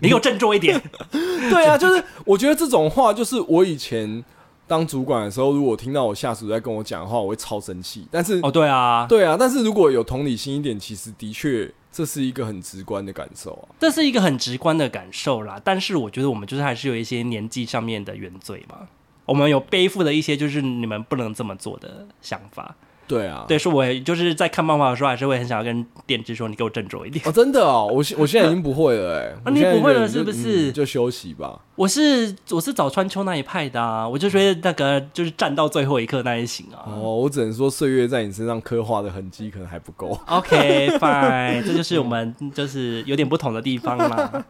Speaker 1: 你给我振作一点。
Speaker 2: 对啊，就是我觉得这种话，就是我以前当主管的时候，如果听到我下属在跟我讲的话，我会超生气。但是
Speaker 1: 哦，对啊，
Speaker 2: 对啊，但是如果有同理心一点，其实的确这是一个很直观的感受啊。
Speaker 1: 这是一个很直观的感受啦，但是我觉得我们就是还是有一些年纪上面的原罪嘛，我们有背负的一些就是你们不能这么做的想法。
Speaker 2: 对啊，
Speaker 1: 对，是我也就是在看漫画的时候，还是会很想要跟电之说，你给我振作一点。
Speaker 2: 哦，真的哦，我现我现在已经不会了哎、我
Speaker 1: 啊你
Speaker 2: 现在
Speaker 1: 不会了
Speaker 2: 就觉得
Speaker 1: 是不
Speaker 2: 嗯
Speaker 1: 是
Speaker 2: 就休息吧。
Speaker 1: 我是我是早川秋那一派的啊，我就觉得那个就是站到最后一刻那一型啊。
Speaker 2: 哦，我只能说岁月在你身上刻画的痕迹可能还不够。
Speaker 1: OK fine，这就是我们就是有点不同的地方
Speaker 2: *laughs*
Speaker 1: 啦。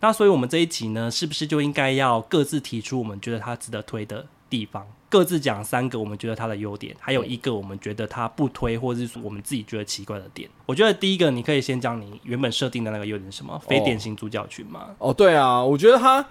Speaker 1: 那所以我们这一集呢，是不是就应该要各自提出我们觉得它值得推的地方？各自讲三个我们觉得它的优点，还有一个我们觉得它不推，或者是我们自己觉得奇怪的点。我觉得第一个你可以先讲你原本设定的那个优点是什么，非典型主角群嘛。
Speaker 2: 哦，对啊，我觉得他，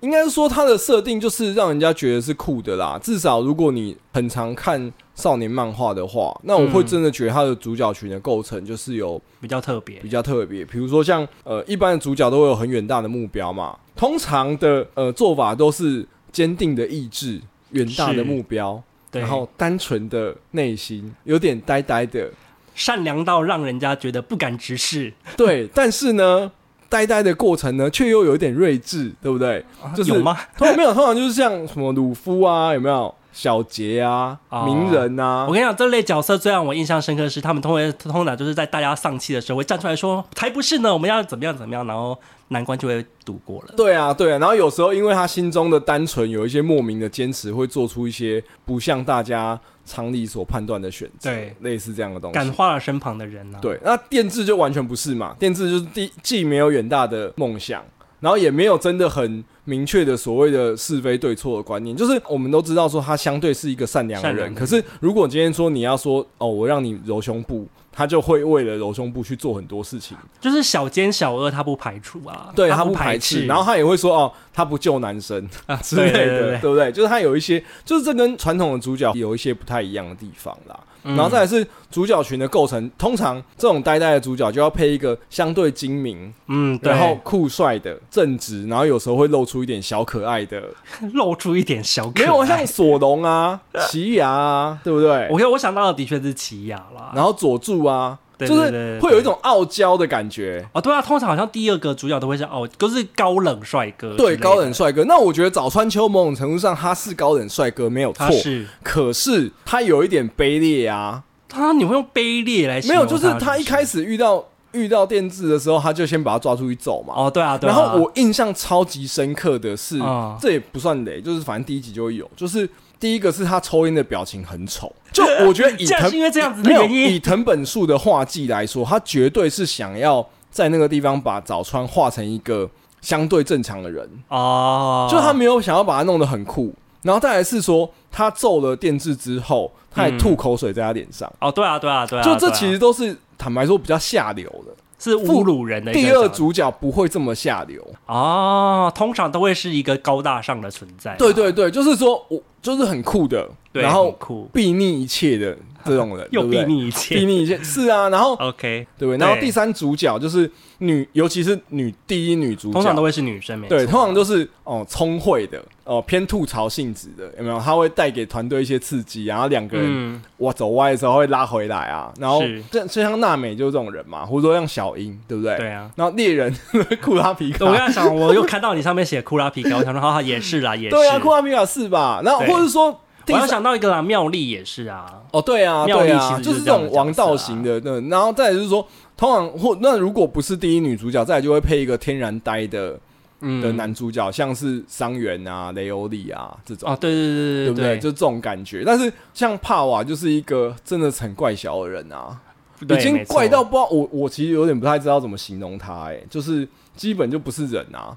Speaker 2: 应该说它的设定就是让人家觉得是酷的啦。至少如果你很常看少年漫画的话，那我
Speaker 1: 嗯
Speaker 2: 会真的觉得它的主角群的构成就是有
Speaker 1: 比较特别
Speaker 2: 比。较特别，比如说像呃一般的主角都会有很远大的目标嘛，通常的呃做法都是坚定的意志、远大
Speaker 1: 是
Speaker 2: 的目标，
Speaker 1: 对，
Speaker 2: 然后单纯的内心，有点呆呆的，
Speaker 1: 善良到让人家觉得不敢直视，
Speaker 2: 对，但是呢，呆呆的过程呢，却又有点睿智，对不对？就是
Speaker 1: 啊有吗？
Speaker 2: 通常没有，通常就是像什么鲁夫啊，有没有？小杰啊，
Speaker 1: 哦
Speaker 2: 鸣人啊
Speaker 1: 我，跟你讲，这类角色最让我印象深刻的是，他们通常通常就是在大家丧气的时候会站出来说：“才不是呢，我们要怎么样怎么样。”然后难关就会度过了。
Speaker 2: 对啊，对啊。然后有时候因为他心中的单纯，有一些莫名的坚持，会做出一些不像大家常理所判断的选择，
Speaker 1: 对，
Speaker 2: 类似这样的东
Speaker 1: 感
Speaker 2: 西。
Speaker 1: 化了身旁的人呢、啊。，
Speaker 2: 对，那电治就完全不是嘛，电治就是第既没有远大的梦想，然后也没有真的很明确的所谓的是非对错的观念，就是我们都知道说他相对是一个善良的
Speaker 1: 善良
Speaker 2: 人，
Speaker 1: 的
Speaker 2: 可是如果今天说你要说哦，我让你揉胸部，他就会为了揉胸部去做很多事情，
Speaker 1: 就是小奸小恶，他不排除啊，
Speaker 2: 对
Speaker 1: 他
Speaker 2: 不
Speaker 1: 排
Speaker 2: 排斥，然后他也会说哦，他不救男生
Speaker 1: 啊
Speaker 2: 之类的，
Speaker 1: 对对对对
Speaker 2: 不对？就是他有一些，就是这跟传统的主角有一些不太一样的地方啦。然
Speaker 1: 嗯
Speaker 2: 后再来是主角群的构成，通常这种呆呆的主角就要配一个相对精明，
Speaker 1: 嗯，对
Speaker 2: 然后酷帅的、正直，然后有时候会露出一点小可爱的，
Speaker 1: 露出一点小可
Speaker 2: 没
Speaker 1: 爱
Speaker 2: 有像索隆啊、奇牙啊，对不对
Speaker 1: 我？跟我想到的的确是奇亚啦。
Speaker 2: 然后佐助啊，
Speaker 1: 对
Speaker 2: 就
Speaker 1: 对对
Speaker 2: 是
Speaker 1: 对
Speaker 2: 会有一种傲娇的感觉。
Speaker 1: 哦，对啊，通常好像第二个主角都会是哦，都是高冷帅哥之类
Speaker 2: 对
Speaker 1: 的，
Speaker 2: 高冷帅哥，那我觉得早川秋某种程度上他是高冷帅哥没有错
Speaker 1: 他，是
Speaker 2: 可是他有一点卑劣啊，
Speaker 1: 他，你会用卑劣来形
Speaker 2: 没
Speaker 1: 容
Speaker 2: 有，就是他一开
Speaker 1: 始
Speaker 2: 始遇到遇到电治的时候，他就先把他抓出去揍嘛。
Speaker 1: 哦，对啊，对啊。
Speaker 2: 然后我印象超级深刻的是，
Speaker 1: 嗯
Speaker 2: 这也不算雷，就是反正第一集就会有，就是第一个是他抽烟的表情
Speaker 1: *laughs*
Speaker 2: 很丑，就我觉得以
Speaker 1: 这样
Speaker 2: 藤
Speaker 1: 是因为这样子的
Speaker 2: 没有
Speaker 1: 原因
Speaker 2: 以藤本树的画技来说，他绝对是想要在那个地方把早川画成一个相对正常的人，
Speaker 1: 哦，
Speaker 2: 就他没有想要把它弄得很酷。然后再来是说，他揍了电治之后，他还吐口水在他脸上，
Speaker 1: 哦，对啊，对嗯啊，对啊，
Speaker 2: 就这
Speaker 1: 对啊
Speaker 2: 其实都是坦白说比较下流的。
Speaker 1: 是侮辱人的一个
Speaker 2: 第二
Speaker 1: 想哎法
Speaker 2: 主角不会这么下流，
Speaker 1: 哦，通常都会是一个高大上的存在，啊
Speaker 2: 对对，对，就是说我就是很酷的，
Speaker 1: 对
Speaker 2: 然后
Speaker 1: 很酷
Speaker 2: 避逆一切的这
Speaker 1: *laughs*
Speaker 2: 种人，
Speaker 1: 又
Speaker 2: 对不对
Speaker 1: 避逆一
Speaker 2: 避
Speaker 1: 切。
Speaker 2: 逆一切是啊，然后
Speaker 1: *laughs* OK，
Speaker 2: 对不对？然后
Speaker 1: 对
Speaker 2: 第三主角就是女，尤其是女第一女主角，
Speaker 1: 通常都会啊是女生，没
Speaker 2: 对，
Speaker 1: 错
Speaker 2: 通常都是哦聪慧的哦偏吐槽性质的，有没有？他会带给团队一些刺激，然后两个人
Speaker 1: 嗯，
Speaker 2: 哇走歪的时候会拉回来啊，然后
Speaker 1: 是
Speaker 2: 就就像娜美就是这种人嘛，或者说像小樱，对不对？
Speaker 1: 对啊。
Speaker 2: 然后猎人 *laughs* 库拉皮卡
Speaker 1: 我，刚才想，我又看到你上面写库拉皮
Speaker 2: *laughs*
Speaker 1: 卡，我想说，哈哈，也是啦，也是。
Speaker 2: 对啊，库拉皮卡是吧？然后
Speaker 1: 对
Speaker 2: 或者说第
Speaker 1: 我
Speaker 2: 三。
Speaker 1: 又想到一个啦，妙丽也是啊，
Speaker 2: 哦，对啊，
Speaker 1: 妙
Speaker 2: 对
Speaker 1: 丽
Speaker 2: 啊，
Speaker 1: 其实就
Speaker 2: 就
Speaker 1: 是是
Speaker 2: 这
Speaker 1: 这样的
Speaker 2: 种王道
Speaker 1: 角色啊
Speaker 2: 型的，那然后再来就是说，通常或那如果不是第一女主角，再来就会配一个天然呆的
Speaker 1: 嗯
Speaker 2: 的男主角，像是桑原啊、雷欧利啊这种，
Speaker 1: 哦，对对对
Speaker 2: 对不
Speaker 1: 对
Speaker 2: 就这种感觉。但是像帕瓦就是一个真的很怪小的人啊，
Speaker 1: 对
Speaker 2: 已经
Speaker 1: 没错
Speaker 2: 怪到不知道我我其实有点不太知道怎么形容他、哎，就是基本就不是人啊，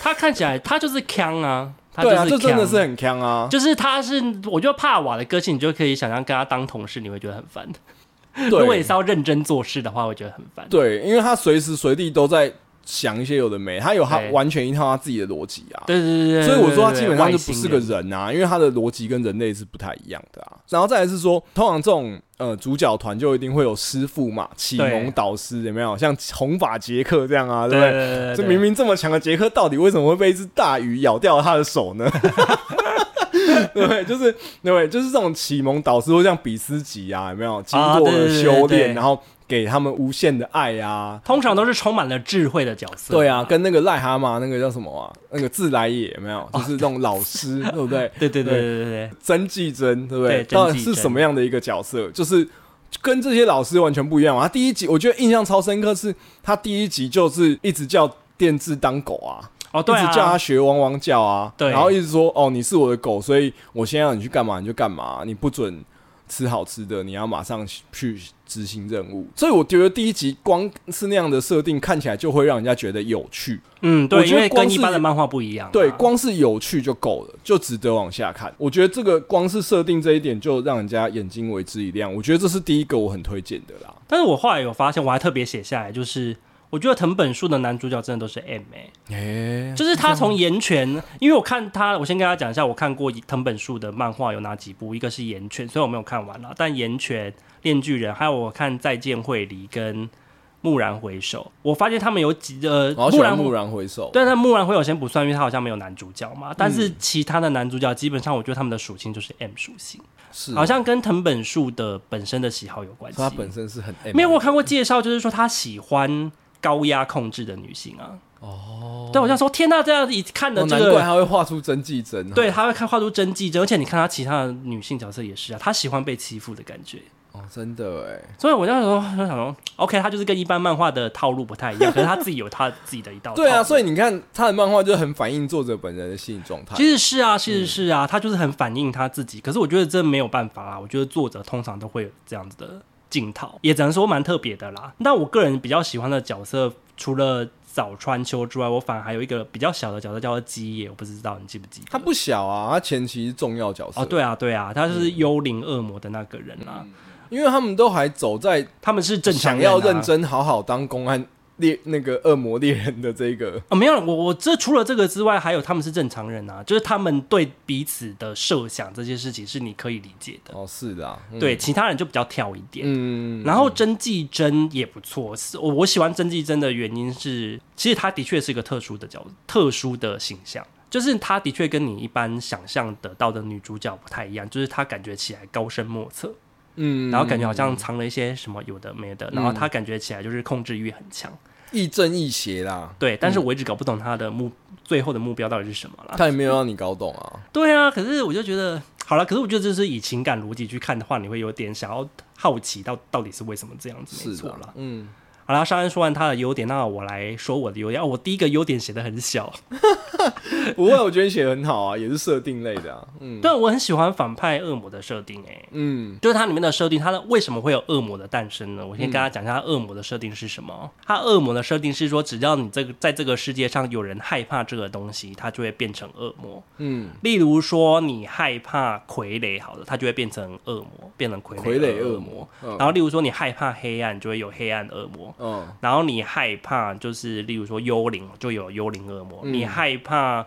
Speaker 1: 他看起来他就是腔啊，他
Speaker 2: 对啊，
Speaker 1: 是
Speaker 2: 这真的是
Speaker 1: 腔。
Speaker 2: 很坑啊，
Speaker 1: 就是他是，我觉得帕瓦的个性，你就可以想象跟他当同事，你会觉得很烦。如果
Speaker 2: 对
Speaker 1: 也是要认真做事的话，我觉得很烦。
Speaker 2: 对，因为他随时随地都在想一些有的没，他有他
Speaker 1: 对
Speaker 2: 完全一套他自己的逻辑啊，
Speaker 1: 对对对对，
Speaker 2: 所以我说他
Speaker 1: 对
Speaker 2: 基本上
Speaker 1: 外
Speaker 2: 就不
Speaker 1: 星
Speaker 2: 是个
Speaker 1: 人
Speaker 2: 人啊，因为他的逻辑跟人类是不太一样的啊。然后再来是说，
Speaker 1: 嗯
Speaker 2: 通常这种呃主角团就一定会有师傅嘛，启
Speaker 1: 对
Speaker 2: 蒙导师有没有？像红发杰克这样啊，对
Speaker 1: 对
Speaker 2: 不
Speaker 1: 对
Speaker 2: 对？
Speaker 1: 对对对，
Speaker 2: 这明明这么强的杰克，到底为什么会被一只大鱼咬掉了他的手
Speaker 1: *laughs*
Speaker 2: 呢？对不对？就是对不对？就是这种启蒙导师，或像比斯吉啊，有没有经
Speaker 1: 啊
Speaker 2: 过
Speaker 1: 对
Speaker 2: 了
Speaker 1: 对对
Speaker 2: 修
Speaker 1: 对
Speaker 2: 炼，
Speaker 1: 对
Speaker 2: 然后给他们无限的爱啊？
Speaker 1: 通常都是充满了智慧的角色。
Speaker 2: 对啊，跟那个癞蛤蟆那个叫什么啊？那个自来也有没有？就是那种老师，对不对？啊
Speaker 1: 对对对对对对，
Speaker 2: 曾纪真，对不
Speaker 1: 对曾
Speaker 2: 对？
Speaker 1: 纪真
Speaker 2: 到底是什么样的一个角色？就是跟这些老师完全不一样嘛。啊他第一集我觉得印象超深刻是，他第一集就是一直叫电治当狗啊，
Speaker 1: 哦对
Speaker 2: 一直叫他
Speaker 1: 啊，
Speaker 2: 学汪汪叫啊，
Speaker 1: 对
Speaker 2: 然后一直说哦你是我的狗，所以我现在要你去干嘛你就干嘛，你不准吃好吃的，你要马上去执行任务。所以我觉得第一集光是那样的设定，看起来就会让人家觉得有趣。
Speaker 1: 嗯
Speaker 2: 我
Speaker 1: 对，
Speaker 2: 觉
Speaker 1: 因
Speaker 2: 得
Speaker 1: 为
Speaker 2: 光
Speaker 1: 跟一
Speaker 2: 是
Speaker 1: 般的漫画不一样啊。
Speaker 2: 对，光是有趣就够了，就值得往下看。我觉得这个光是设定这一点就让人家眼睛为之一亮。我觉得这是第一个我很推荐的啦。
Speaker 1: 但是我后来有发现，我还特别写下来，就是我觉得藤本树的男主角真的都是 M 哎、
Speaker 2: 哎，
Speaker 1: 就是他从岩泉，因为我看他，我先跟大家讲一下，我看过藤本树的漫画有哪几部，一个是岩泉，虽然我没有看完了，但岩泉、炼巨人，还有我看再见惠梨跟蓦然回首，我发现他们有几呃，
Speaker 2: 我好哦喜
Speaker 1: 木
Speaker 2: 欢
Speaker 1: 然
Speaker 2: 蓦然回首，
Speaker 1: 对，但木兰回首先不算，因为他好像没有男主角嘛。但是其他的男主角基本上，我觉得他们的属性就是 M 属性，
Speaker 2: 是
Speaker 1: 好像跟藤本树的本身的喜好有关系。
Speaker 2: 嗯他本身是很 M，
Speaker 1: 没有我有看过介绍，就是说他喜欢高压控制的女性啊。哦，对，我想说，天呐，这样一看的
Speaker 2: 哦
Speaker 1: 这
Speaker 2: 难怪
Speaker 1: 个，
Speaker 2: 他会画出真纪真，啊
Speaker 1: 对，他会看画出真迹真，而且你看他其他的女性角色也是啊，他喜欢被欺负的感觉。
Speaker 2: 哦，真的哎，
Speaker 1: 所以我那时候就想说，OK，他就是跟一般漫画的套路不太一样，可是他自己有他自己的一道套路。
Speaker 2: 对啊，所以你看他的漫画就很反映作者本人的心理状态。
Speaker 1: 其实是啊，其实是
Speaker 2: 嗯
Speaker 1: 啊，他就是很反映他自己。可是我觉得这没有办法啊啦，我觉得作者通常都会有这样子的镜头，也只能说蛮特别的啦。那我个人比较喜欢的角色，除了早川秋之外，我反而还有一个比较小的角色叫做基野，我不知道你记不记得？
Speaker 2: 他不小啊，他前期是重要角色
Speaker 1: 哦，，对啊，对啊，他就是幽灵恶魔的那个人啦、
Speaker 2: 因为他们都还走在
Speaker 1: 他们是正常
Speaker 2: 想
Speaker 1: 人啊
Speaker 2: 要认真好好当公安猎那个恶魔猎人的这个
Speaker 1: 啊、没有，我我这除了这个之外，还有他们是正常人啊，就是他们对彼此的设想这些事情是你可以理解的，
Speaker 2: 哦，是的啊，嗯
Speaker 1: 对其他人就比较跳一点。
Speaker 2: 嗯，
Speaker 1: 然后真纪真也不错，是我我喜欢真纪真的原因是，其实她的确是一个特殊的角，特殊的形象，就是她的确跟你一般想象得到的女主角不太一样，就是她感觉起来高深莫测，
Speaker 2: 嗯，
Speaker 1: 然后感觉好像藏了一些什么有的没的，然后她感觉起来就是控制欲很强，
Speaker 2: 亦正亦邪啦，
Speaker 1: 对，但是我一直搞不懂她的目最后的目标到底是什么啦。
Speaker 2: 他也没有让你搞懂啊，
Speaker 1: 对啊，可是我就觉得，好了，可是我觉得这是以情感逻辑去看的话，你会有点想要好奇到到底是为什么这样子，没
Speaker 2: 是
Speaker 1: 错啦
Speaker 2: 的。，嗯，
Speaker 1: 好啦，上恩说完他的优点，那我来说我的优点。哦，我第一个优点写的很小，
Speaker 2: *laughs* 不会，我觉得你写得很好啊，也是设定类的啊，嗯
Speaker 1: 对我很喜欢反派恶魔的设定、欸，
Speaker 2: 嗯，
Speaker 1: 就是它里面的设定，它的为什么会有恶魔的诞生呢？我先跟大家讲一下它恶魔的设定是什
Speaker 2: 嗯
Speaker 1: 么。它恶魔的设定是说，只要你这个在这个世界上有人害怕这个东西，它就会变成恶魔。
Speaker 2: 嗯，
Speaker 1: 例如说，你害怕傀儡，好了，它就会变成恶魔，变成傀
Speaker 2: 傀儡恶
Speaker 1: 恶
Speaker 2: 魔
Speaker 1: 魔。
Speaker 2: 嗯
Speaker 1: 然后，例如说你害怕黑暗，就会有黑暗恶魔。
Speaker 2: 哦，
Speaker 1: 然后你害怕，就是例如说幽灵，就有幽灵恶魔；你害怕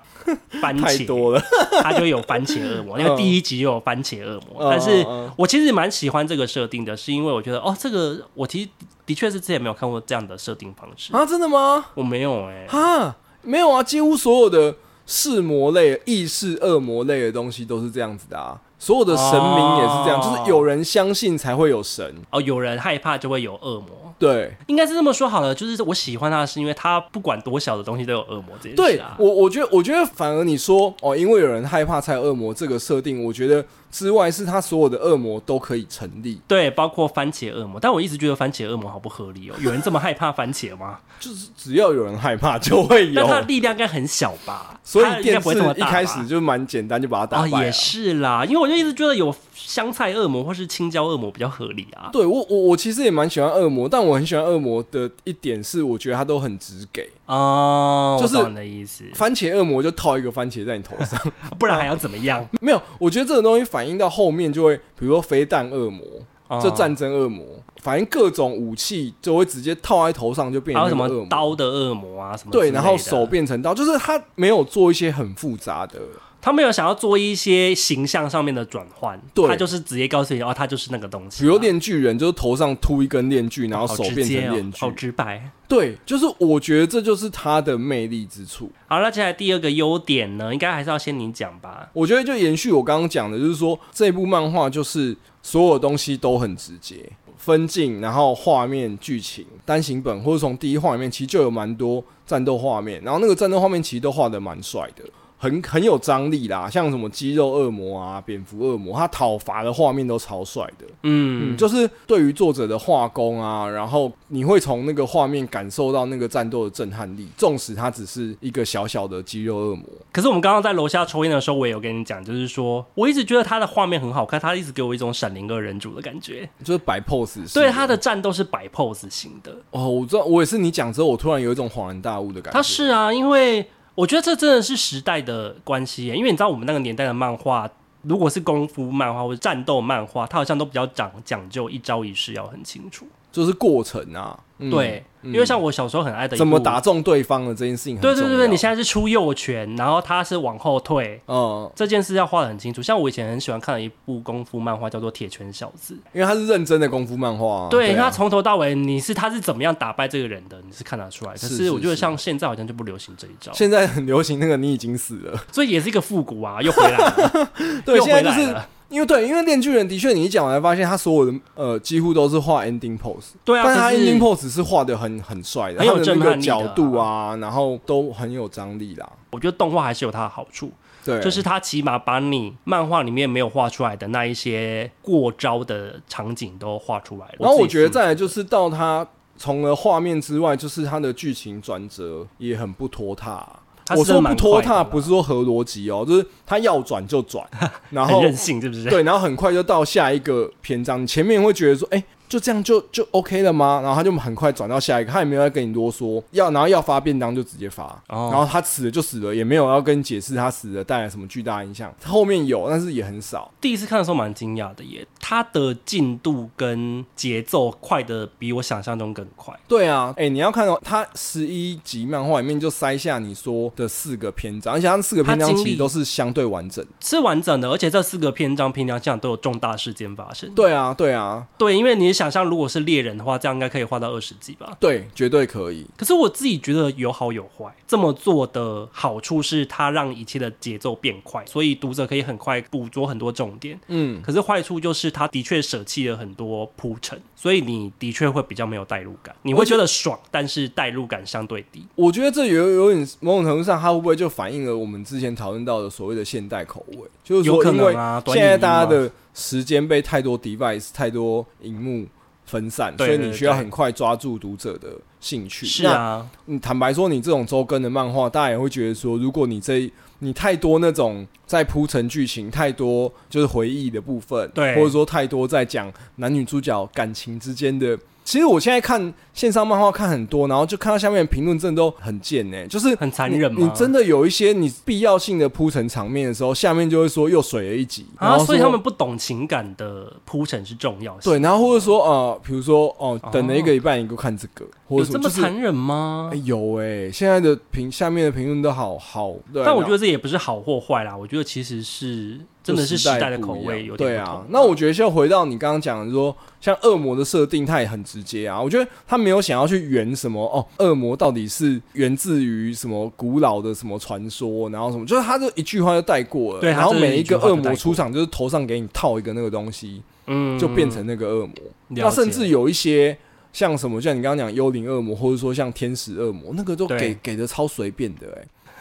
Speaker 1: 番
Speaker 2: 嗯 *laughs* 太
Speaker 1: 茄，
Speaker 2: 多了，
Speaker 1: 它就有番茄恶魔。因为
Speaker 2: 嗯
Speaker 1: 第一集就有番茄恶魔，
Speaker 2: 嗯
Speaker 1: 但是
Speaker 2: 嗯嗯
Speaker 1: 我其实蛮喜欢这个设定的，是因为我觉得哦，这个我其实的确是之前没有看过这样的设定方式，
Speaker 2: 啊，真的吗？
Speaker 1: 我没有哎、
Speaker 2: 啊，没有啊，几乎所有的视魔类、意识恶魔类的东西都是这样子的啊。所有的神明也是这样，
Speaker 1: 哦
Speaker 2: 就是有人相信才会有神。
Speaker 1: 哦，有人害怕就会有恶魔，
Speaker 2: 对，
Speaker 1: 应该是这么说好了。就是我喜欢他，是因为他不管多小的东西都有恶魔这件
Speaker 2: 对
Speaker 1: 事啊。
Speaker 2: 我我觉得，我觉得反而你说哦，因为有人害怕才有恶魔这个设定，我觉得之外是他所有的恶魔都可以成立，
Speaker 1: 对，包括番茄恶魔，但我一直觉得番茄恶魔好不合理哦。有人这么害怕番茄吗？
Speaker 2: 就是只要有人害怕就会
Speaker 1: 但它的
Speaker 2: 有。
Speaker 1: 力量应该很小吧？
Speaker 2: 所
Speaker 1: 它
Speaker 2: 以
Speaker 1: 应该
Speaker 2: 电
Speaker 1: 不
Speaker 2: 视
Speaker 1: 会这么
Speaker 2: 一
Speaker 1: 大吧
Speaker 2: 开始就蛮简单，就把它打
Speaker 1: 啊、
Speaker 2: 败
Speaker 1: 也
Speaker 2: 了。
Speaker 1: 是啦，因为我就一直觉得有香菜恶魔或是青椒恶魔比较合理啊。
Speaker 2: 对我我我其实也蛮喜欢恶魔，但我很喜欢恶魔的一点是，我觉得他都很直给。
Speaker 1: 哦，
Speaker 2: 就是
Speaker 1: 我懂你的意思，
Speaker 2: 番茄恶魔就套一个番茄在你头上，
Speaker 1: *laughs* 不然还要怎么
Speaker 2: *laughs*
Speaker 1: 样？
Speaker 2: 没有，我觉得这种东西反映到后面就会，比如说飞弹恶魔，
Speaker 1: 哦
Speaker 2: 这战争恶魔，反正各种武器就会直接套在头上，就变
Speaker 1: 还有
Speaker 2: 成
Speaker 1: 什
Speaker 2: 那个恶
Speaker 1: 么
Speaker 2: 魔
Speaker 1: 刀的恶魔啊什么之类
Speaker 2: 对，
Speaker 1: 的？
Speaker 2: 然后手变成刀，就是他没有做一些很复杂的，
Speaker 1: 他没有想要做一些形象上面的转换，
Speaker 2: 对
Speaker 1: 他就是直接告诉你哦，他就是那个东西啊。
Speaker 2: 比如链锯人就是头上秃一根链锯，然后
Speaker 1: 好
Speaker 2: 手
Speaker 1: 直
Speaker 2: 变
Speaker 1: 接
Speaker 2: 成
Speaker 1: 哦
Speaker 2: 链锯，
Speaker 1: 好直白。
Speaker 2: 对，就是我觉得这就是他的魅力之处。
Speaker 1: 好，那接下来第二个优点呢，应该还是要先你讲吧。
Speaker 2: 我觉得就延续我刚刚讲的，就是说这部漫画就是所有东西都很直接，分镜，然后画面、剧情、单行本或者从第一画里面，其实就有蛮多战斗画面，然后那个战斗画面其实都画的蛮帅的。很很有张力啦，像什么肌肉恶魔啊、蝙蝠恶魔，他讨伐的画面都超帅的。嗯，
Speaker 1: 嗯，
Speaker 2: 就是对于作者的画工啊，然后你会从那个画面感受到那个战斗的震撼力，纵使他只是一个小小的肌肉恶魔。
Speaker 1: 可是我们刚刚在楼下抽烟的时候，我也有跟你讲，就是说我一直觉得他的画面很好看，他一直给我一种《闪灵二人组》的感觉。
Speaker 2: 就是摆 pose，式
Speaker 1: 对，他的战斗是摆 pose 型的，
Speaker 2: 哦，我知道，我也是你讲之后，我突然有一种恍然大悟的感觉。
Speaker 1: 他是啊，因为我觉得这真的是时代的关系耶，因为你知道我们那个年代的漫画。如果是功夫漫画或者战斗漫画，它好像都比较讲讲究一招一式要很清楚。
Speaker 2: 就是过程啊。嗯
Speaker 1: 对，
Speaker 2: 嗯
Speaker 1: 因为像我小时候很爱的一
Speaker 2: 怎么
Speaker 1: 部
Speaker 2: 打，中对方的这件事情很
Speaker 1: 对对对对，你
Speaker 2: 在
Speaker 1: 现在是出右拳，然后他是往后退。
Speaker 2: 嗯，
Speaker 1: 这件事要画的很清楚，像我以前很喜欢看的一部功夫漫画，叫做《铁拳小子》。
Speaker 2: 因为他是认真的功夫漫画、啊，
Speaker 1: 对，因为
Speaker 2: 啊
Speaker 1: 他从头到尾，你是他是怎么样打败这个人的，你是看得出来。可
Speaker 2: 是
Speaker 1: 是我
Speaker 2: 是
Speaker 1: 觉得
Speaker 2: 是
Speaker 1: 像现在好像就不流行这一招，
Speaker 2: 现在很流行那个你已经死了，
Speaker 1: 所以也是一个复古啊，又回来了，
Speaker 2: *laughs* 对，
Speaker 1: 又
Speaker 2: 现
Speaker 1: 回
Speaker 2: 在就
Speaker 1: 来
Speaker 2: 是
Speaker 1: 了。
Speaker 2: 因为对，因为链锯人的确，你一讲完发现他所有的呃几乎都是画 ending pose，
Speaker 1: 对啊，
Speaker 2: 但是他
Speaker 1: 可是
Speaker 2: ending pose 是画的很很帅的，
Speaker 1: 很有
Speaker 2: 他的
Speaker 1: 震
Speaker 2: 那
Speaker 1: 撼
Speaker 2: 个
Speaker 1: 力的嗯
Speaker 2: 角度啊，然后都很有张力啦。
Speaker 1: 我觉得动画还是有它的好处，
Speaker 2: 对，
Speaker 1: 就是它起码把你漫画里面没有画出来的那一些过招的场景都画出来了。
Speaker 2: 然后我
Speaker 1: 自己
Speaker 2: 觉得
Speaker 1: 是
Speaker 2: 再来就是到他除了画面之外，就是他的剧情转折也很不拖沓。啊
Speaker 1: 它
Speaker 2: 我
Speaker 1: 是真的
Speaker 2: 说不
Speaker 1: 蛮
Speaker 2: 拖
Speaker 1: 快的
Speaker 2: 沓，
Speaker 1: 啦
Speaker 2: 不是说合逻辑哦，就是他要转
Speaker 1: *laughs*
Speaker 2: 就转，然后
Speaker 1: 很任性，是不是？
Speaker 2: 对，然后很快就到下一个篇章，你前面会觉得说，哎、就这样就就 OK 了吗？然后他就很快转到下一个，他也没有要跟你啰嗦，要然后要发便当就直接发，
Speaker 1: 哦
Speaker 2: 然后他死了就死了，也没有要跟你解释他死了带来什么巨大影响。后面有，但是也很少。
Speaker 1: 第一次看的时候蛮惊讶的耶，它的进度跟节奏快的比我想象中更快。
Speaker 2: 对啊，哎、你要看到、他十一集漫画里面就塞下你说的四个篇章，而且他四个篇章
Speaker 1: 他经历
Speaker 2: 其实都是相对完整。
Speaker 1: 是完整的，而且这四个篇章平常讲都有重大事件发生。
Speaker 2: 对啊，对啊，
Speaker 1: 对，因为你想象如果是猎人的话，这样应该可以画到二十集吧。
Speaker 2: 对，绝对可以。
Speaker 1: 可是我自己觉得有好有坏，这么做的好处是它让一切的节奏变快，所以读者可以很快捕捉很多重点。
Speaker 2: 嗯，
Speaker 1: 可是坏处就是它的确舍弃了很多铺陈，所以你的确会比较没有代入感，你会觉得爽，但是代入感相对低。
Speaker 2: 我觉得这有有点某种程度上，它会不会就反映了我们之前讨论到的所谓的现代口味？就是
Speaker 1: 有
Speaker 2: 说，
Speaker 1: 可
Speaker 2: 因
Speaker 1: 能
Speaker 2: 为
Speaker 1: 啊短
Speaker 2: 现在
Speaker 1: 影音
Speaker 2: 大家
Speaker 1: 嘛
Speaker 2: 的时间被太多 device、太多荧幕分散，
Speaker 1: 对
Speaker 2: 所以
Speaker 1: 对
Speaker 2: 你
Speaker 1: 对
Speaker 2: 需要很快抓住读者的兴趣。
Speaker 1: 是，啊，
Speaker 2: 你嗯坦白说，你这种周更的漫画，大家也会觉得说，如果你这你太多那种在铺陈剧情，太多就是回忆的部分，
Speaker 1: 对
Speaker 2: 或者说太多在讲男女主角感情之间的。其实我现在看线上漫画看很多，然后就看到下面的评论真的都很贱呢、就是
Speaker 1: 很残忍
Speaker 2: 你。你
Speaker 1: 吗
Speaker 2: 真的有一些你必要性的铺陈场面的时候，下面就会说又水了一集，然
Speaker 1: 啊，
Speaker 2: 后说
Speaker 1: 所以他们不懂情感的铺陈是重要性。
Speaker 2: 对，，然后或者说呃，比如说哦，等了一个礼拜你给我看这个，或
Speaker 1: 有
Speaker 2: 者什
Speaker 1: 这
Speaker 2: 么
Speaker 1: 么
Speaker 2: 就是
Speaker 1: 残忍吗？
Speaker 2: 哎有哎、现在的评下面的评论都好好，对啊
Speaker 1: 但我觉
Speaker 2: 得
Speaker 1: 得这也不是好或坏啦，我觉得其实是真的是时代的口味有点
Speaker 2: 对
Speaker 1: 不
Speaker 2: 啊
Speaker 1: 同。嗯
Speaker 2: 那我觉得现呃在回到你刚刚讲的说，像恶魔的设定，它也很直接啊。我觉得他没有想要去圆什么哦，恶魔到底是源自于什么古老的什么传说，然后什么，就是他就一句话就带过了。
Speaker 1: 对他
Speaker 2: 然后
Speaker 1: 真的
Speaker 2: 每
Speaker 1: 一
Speaker 2: 一
Speaker 1: 句
Speaker 2: 个
Speaker 1: 话就
Speaker 2: 恶
Speaker 1: 带
Speaker 2: 魔
Speaker 1: 过
Speaker 2: 出场就是头上给你套一个那个东西，
Speaker 1: 嗯
Speaker 2: 就变成那个恶魔。
Speaker 1: 了
Speaker 2: 那甚
Speaker 1: 解
Speaker 2: 至有一些像什么，像你刚刚讲幽灵恶魔，或者说像天使恶魔，那个都
Speaker 1: 对
Speaker 2: 给给的超随便的、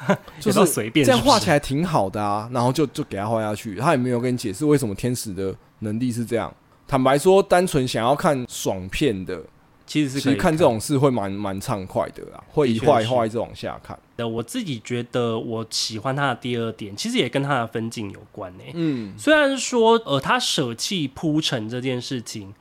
Speaker 2: 欸，就
Speaker 1: 也都
Speaker 2: 是
Speaker 1: 随便
Speaker 2: 这样
Speaker 1: 是不
Speaker 2: 画
Speaker 1: 是
Speaker 2: 起来挺好的啊，然后就就给他画下去，他也没有跟你解释为什么天使的能力是这样。坦白说，单纯想要看爽片的，
Speaker 1: 其实是
Speaker 2: 其
Speaker 1: 可
Speaker 2: 实
Speaker 1: 以
Speaker 2: 看这种事会蛮蛮畅快的啦，会一
Speaker 1: 的确
Speaker 2: 画一
Speaker 1: 是
Speaker 2: 画一直往下看。
Speaker 1: 的。我自己觉得我喜欢他的第二点，其实也跟他的分镜有关呢、
Speaker 2: 嗯，
Speaker 1: 虽然说呃，他舍弃铺陈这件事情，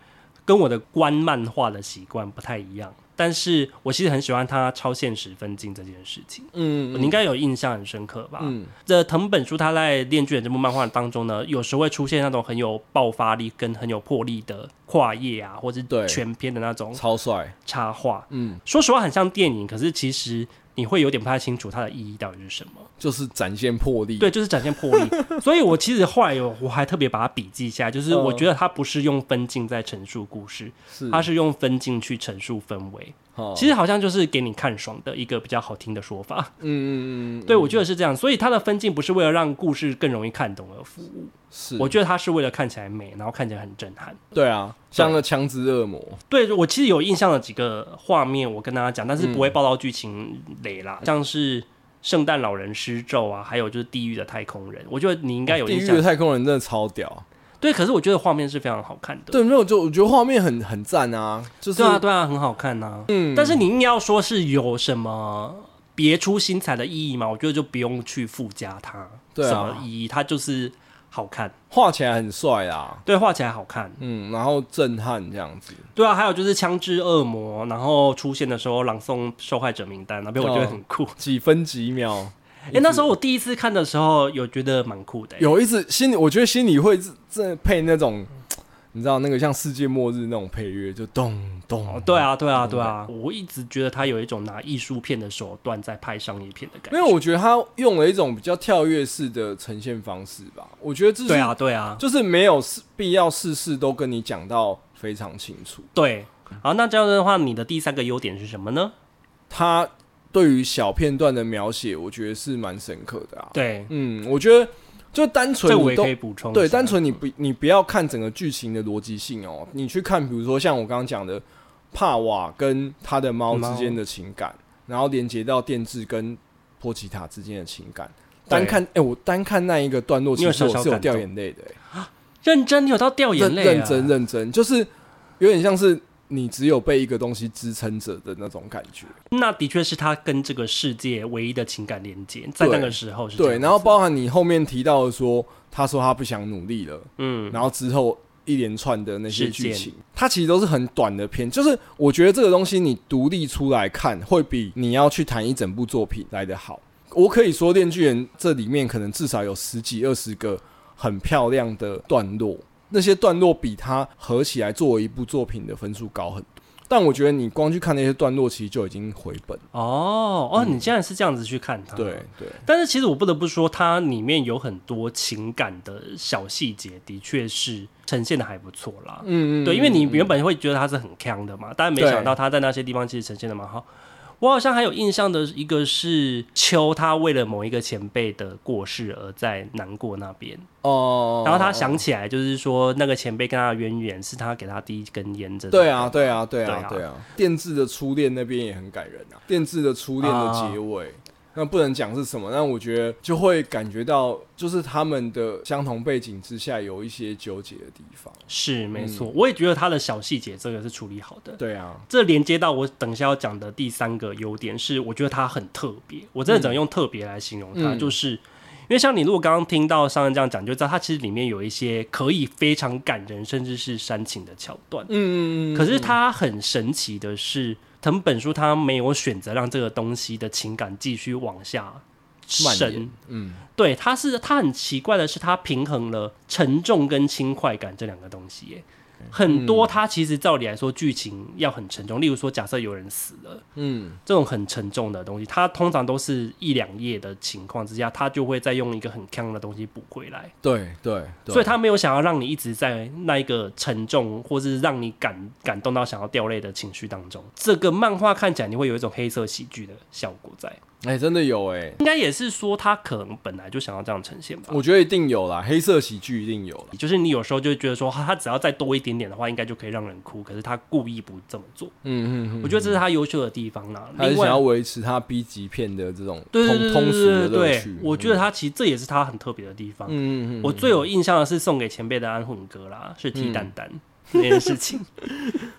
Speaker 1: 跟我的观漫画的习惯不太一样，但是我其实很喜欢他超现实分镜这件事情。
Speaker 2: 嗯
Speaker 1: 你应啊该有印象很深刻吧？
Speaker 2: 嗯
Speaker 1: 这藤本树他在《恋巨人》这部漫画当中呢，有时候会出现那种很有爆发力跟很有魄力的跨页啊，或者
Speaker 2: 对
Speaker 1: 是全篇的那种
Speaker 2: 超帅，
Speaker 1: 插画。
Speaker 2: 嗯，
Speaker 1: 说实话，很像电影，可是其实你会有点不太清楚它的意义到底是什么。
Speaker 2: 就是展现魄力。
Speaker 1: 对，就是展现
Speaker 2: *laughs*
Speaker 1: 魄力。所以我其实后来有，我还特别把它笔记下来，就是
Speaker 2: 嗯
Speaker 1: 我觉得它不是用分镜在陈述故事，
Speaker 2: 是，
Speaker 1: 它是用分镜去陈述氛围。
Speaker 2: 哦
Speaker 1: 其实好像就是给你看爽的一个比较好听的说法。
Speaker 2: 嗯嗯嗯嗯，
Speaker 1: 对，我觉得是这样，所以它的分镜不是为了让故事更容易看懂而服务，
Speaker 2: 是，
Speaker 1: 我觉得它是为了看起来美，然后看起来很震撼。
Speaker 2: 对啊，像那枪支恶魔，
Speaker 1: 对我其实有印象的几个画面，我跟大家讲，但
Speaker 2: 嗯
Speaker 1: 是不会报道剧情雷啦，像是圣诞老人施咒啊，还有就是地狱的太空人，我觉得你应该有
Speaker 2: 哦地
Speaker 1: 印
Speaker 2: 狱
Speaker 1: 象
Speaker 2: 的。太空人真的超屌。
Speaker 1: 对，可是我觉得画面是非常好看的。
Speaker 2: 对，没有，就我觉得画面很很赞啊，就是
Speaker 1: 对啊，对啊，很好看呐、
Speaker 2: 嗯
Speaker 1: 但是你硬要说是有什么别出心裁的意义嘛，我觉得就不用去附加它
Speaker 2: 对啊
Speaker 1: 什么意义，它就是好看，
Speaker 2: 画起来很帅啊，
Speaker 1: 对，画起来好看。
Speaker 2: 嗯，然后震撼这样子，
Speaker 1: 对啊，还有就是枪支恶魔，然后出现的时候朗诵受害者名单，那边我觉得
Speaker 2: 哦
Speaker 1: 很酷。
Speaker 2: 几分几秒，
Speaker 1: 哎、那时候我第一次看的时候，有觉得蛮酷的、欸。
Speaker 2: 有一直心里，我觉得心里会自自配那种你知道那个像世界末日那种配乐，就咚
Speaker 1: 哦
Speaker 2: 咚。，
Speaker 1: 对啊，对啊，对啊，
Speaker 2: 嗯
Speaker 1: 我一直觉得他有一种拿艺术片的手段在拍商业片的感
Speaker 2: 因
Speaker 1: 觉。
Speaker 2: 为我觉得他用了一种比较跳跃式的呈现方式吧，我觉得这是
Speaker 1: 对啊，对啊，
Speaker 2: 就是没有事必要事事都跟你讲到非常清楚。
Speaker 1: 对。好，那这样的话，你的第三个优点是什么呢？
Speaker 2: 他对于小片段的描写，我觉得是蛮深刻的啊。
Speaker 1: 对，
Speaker 2: 嗯，我觉得就单纯
Speaker 1: 这
Speaker 2: 你
Speaker 1: 我也
Speaker 2: 都
Speaker 1: 可以补充一下。
Speaker 2: 对，单纯你不你不要看整个剧情的逻辑性哦，你去看比如说像我刚刚讲的帕瓦跟他的猫之间的情感，然后连接到电治跟波奇塔之间的情感。单看，哎、我单看那一个段落，
Speaker 1: 你
Speaker 2: 其
Speaker 1: 有
Speaker 2: 实我
Speaker 1: 小小
Speaker 2: 是有
Speaker 1: 感
Speaker 2: 掉
Speaker 1: 动
Speaker 2: 眼泪的、哎
Speaker 1: 认真，你有到掉眼
Speaker 2: 认
Speaker 1: 泪、啊
Speaker 2: 认真认真，就是有点像是你只有被一个东西支撑着的那种感觉。
Speaker 1: 那的确是他跟这个世界唯一的情感连接，在那个时候是这样
Speaker 2: 对，
Speaker 1: 子
Speaker 2: 然后包含你后面提到的说，他说他不想努力了，
Speaker 1: 嗯，
Speaker 2: 然后之后一连串的那些
Speaker 1: 事件
Speaker 2: 剧情，它其实都是很短的片，就是我觉得这个东西你独立出来看，会比你要去谈一整部作品来得好。我可以说，《电锯人》这里面可能至少有十几二十个很漂亮的段落，那些段落比它合起来作为一部作品的分数高很多。但我觉得你光去看那些段落，其实就已经回本。
Speaker 1: 哦哦，你竟然是这样子去看他，
Speaker 2: 对。对，
Speaker 1: 但是其实我不得不说，它里面有很多情感的小细节，的确是呈现的还不错啦。
Speaker 2: 嗯嗯，
Speaker 1: 对，因为你
Speaker 2: 嗯
Speaker 1: 原本会觉得他是很强的嘛，但没
Speaker 2: 对
Speaker 1: 想到他在那些地方其实呈现的蛮好。我好像还有印象的一个是秋，他为了某一个前辈的过世而在难过那边，
Speaker 2: 哦，
Speaker 1: 然后他想起来，就是说那个前辈跟他的渊源是他给他第一根烟，真的。
Speaker 2: 对啊，对啊，对
Speaker 1: 对
Speaker 2: 啊
Speaker 1: 啊，
Speaker 2: 对啊。电治的初恋那边也很感人啊，电治的初恋的
Speaker 1: 啊
Speaker 2: 结尾。那不能讲是什么，但我觉得就会感觉到，就是他们的相同背景之下有一些纠结的地方。
Speaker 1: 是没错，
Speaker 2: 嗯
Speaker 1: 我也觉得他的小细节这个是处理好的。
Speaker 2: 对啊，
Speaker 1: 这连接到我等一下要讲的第三个优点是，我觉得它很特别，我真的只能用特别来形容它，
Speaker 2: 嗯
Speaker 1: 就是因为像你如果刚刚听到上恩这样讲，就知道它其实里面有一些可以非常感人，甚至是煽情的桥段。
Speaker 2: 嗯嗯嗯。
Speaker 1: 可是它很神奇的是，藤本树他没有选择让这个东西的情感继续往下
Speaker 2: 蔓
Speaker 1: 深
Speaker 2: 延，，嗯，
Speaker 1: 对，它是它很奇怪的是，它平衡了沉重跟轻快感这两个东西耶。很多它其实照理来说剧情要很沉重，例如说假设有人死了，
Speaker 2: 嗯，
Speaker 1: 这种很沉重的东西，它通常都是一两页的情况之下，它就会再用一个很强的东西补回来，
Speaker 2: 对对，对
Speaker 1: 所以它没有想要让你一直在那一个沉重或是让你感感动到想要掉泪的情绪当中。这个漫画看起来你会有一种黑色喜剧的效果在，
Speaker 2: 哎、真的有哎、
Speaker 1: 应该也是说他可能本来就想要这样呈现吧。
Speaker 2: 我觉得一定有啦，黑色喜剧一定有啦。
Speaker 1: 就是你有时候就会觉得说，啊他只要再多一点点的话，应该就可以让人哭，可是他故意不这么做，
Speaker 2: 嗯嗯嗯，
Speaker 1: 我觉得这是他优秀的地方啦。
Speaker 2: 他是
Speaker 1: 另
Speaker 2: 想
Speaker 1: 外，
Speaker 2: 要维持他 B 级片的这种
Speaker 1: 对
Speaker 2: 通
Speaker 1: 对对
Speaker 2: 通
Speaker 1: 对
Speaker 2: 俗
Speaker 1: 对
Speaker 2: 的
Speaker 1: 对
Speaker 2: 乐
Speaker 1: 对
Speaker 2: 趣
Speaker 1: 对。，我觉得他其实这也是他很特别的地方。
Speaker 2: 嗯，嗯嗯嗯，嗯
Speaker 1: 我最有印象的是送给前辈的安魂歌啦，是踢蛋蛋 *laughs* 那件事
Speaker 2: *laughs*
Speaker 1: 情。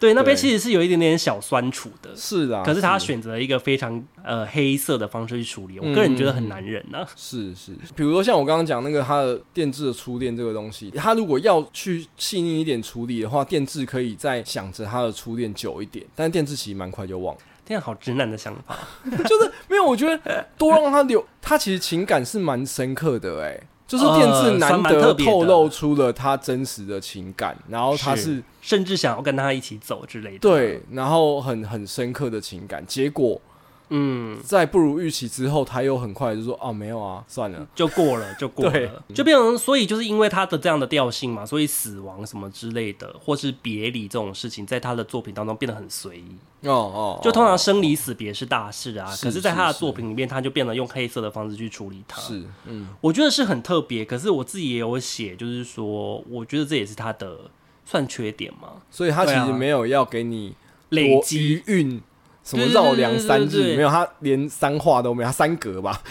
Speaker 1: 对，那边
Speaker 2: 对
Speaker 1: 其实是有一点点小酸楚的，
Speaker 2: 是啦，
Speaker 1: 可是他选择了一个非常呃黑色的方式去处理，
Speaker 2: 嗯
Speaker 1: 我个人觉得很难忍啊呐。
Speaker 2: 是是，比如说像我刚刚讲那个他的电治的初恋这个东西，他如果要去细腻一点处理的话，电治可以再想着他的初恋久一点，但是电治其实蛮快就忘了，
Speaker 1: 天啊，好直男的想法。
Speaker 2: 就是没有，我觉得多让他留，他其实情感是蛮深刻的哎、就是电治
Speaker 1: 呃
Speaker 2: 难
Speaker 1: 算蛮特
Speaker 2: 得
Speaker 1: 别的
Speaker 2: 透露出了他真实的情感，然后哦他是
Speaker 1: 甚至想要跟他一起走之类的。
Speaker 2: 对，，然后很很深刻的情感，结果
Speaker 1: 嗯，
Speaker 2: 在不如预期之后，他又很快就说哦没有啊，算了，
Speaker 1: 就过了，就过
Speaker 2: 对
Speaker 1: 了，就变成，所以就是因为他的这样的调性嘛，所以死亡什么之类的，或是别离这种事情，在他的作品当中变得很随意。
Speaker 2: 哦哦，哦
Speaker 1: 就通常生离死别是大事啊，
Speaker 2: 是
Speaker 1: 可是在他的
Speaker 2: 是
Speaker 1: 作品里面，他就变得用黑色的方式去处理它。
Speaker 2: 是嗯
Speaker 1: 我觉得是很特别，可是我自己也有写，就是说，我觉得这也是他的算缺点嘛，
Speaker 2: 所以他其
Speaker 1: 对
Speaker 2: 实
Speaker 1: 啊
Speaker 2: 没有要给你
Speaker 1: 累
Speaker 2: 多
Speaker 1: 积
Speaker 2: 余韵，什么
Speaker 1: 对对
Speaker 2: 绕
Speaker 1: 对
Speaker 2: 梁
Speaker 1: 对
Speaker 2: 三
Speaker 1: 对对
Speaker 2: 日没有，他连三画都没有，他三格吧？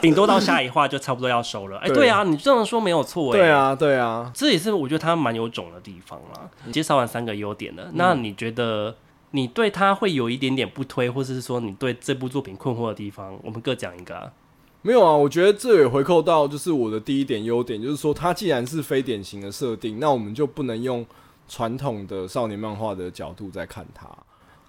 Speaker 1: 顶多到下一话就差不多要收了。哎、
Speaker 2: 对
Speaker 1: 对啊，你这样说没有错、哎。
Speaker 2: 对啊，对啊，
Speaker 1: 这也是我觉得他蛮有种的地方啦。
Speaker 2: 嗯
Speaker 1: 介绍完三个优点了，那你觉得你对他会有一点点不推，或者是说你对这部作品困惑的地方，我们各讲一个、啊。
Speaker 2: 没有啊。我觉得这也回扣到就是我的第一点优点，就是说它既然是非典型的设定，那我们就不能用传统的少年漫画的角度在看它。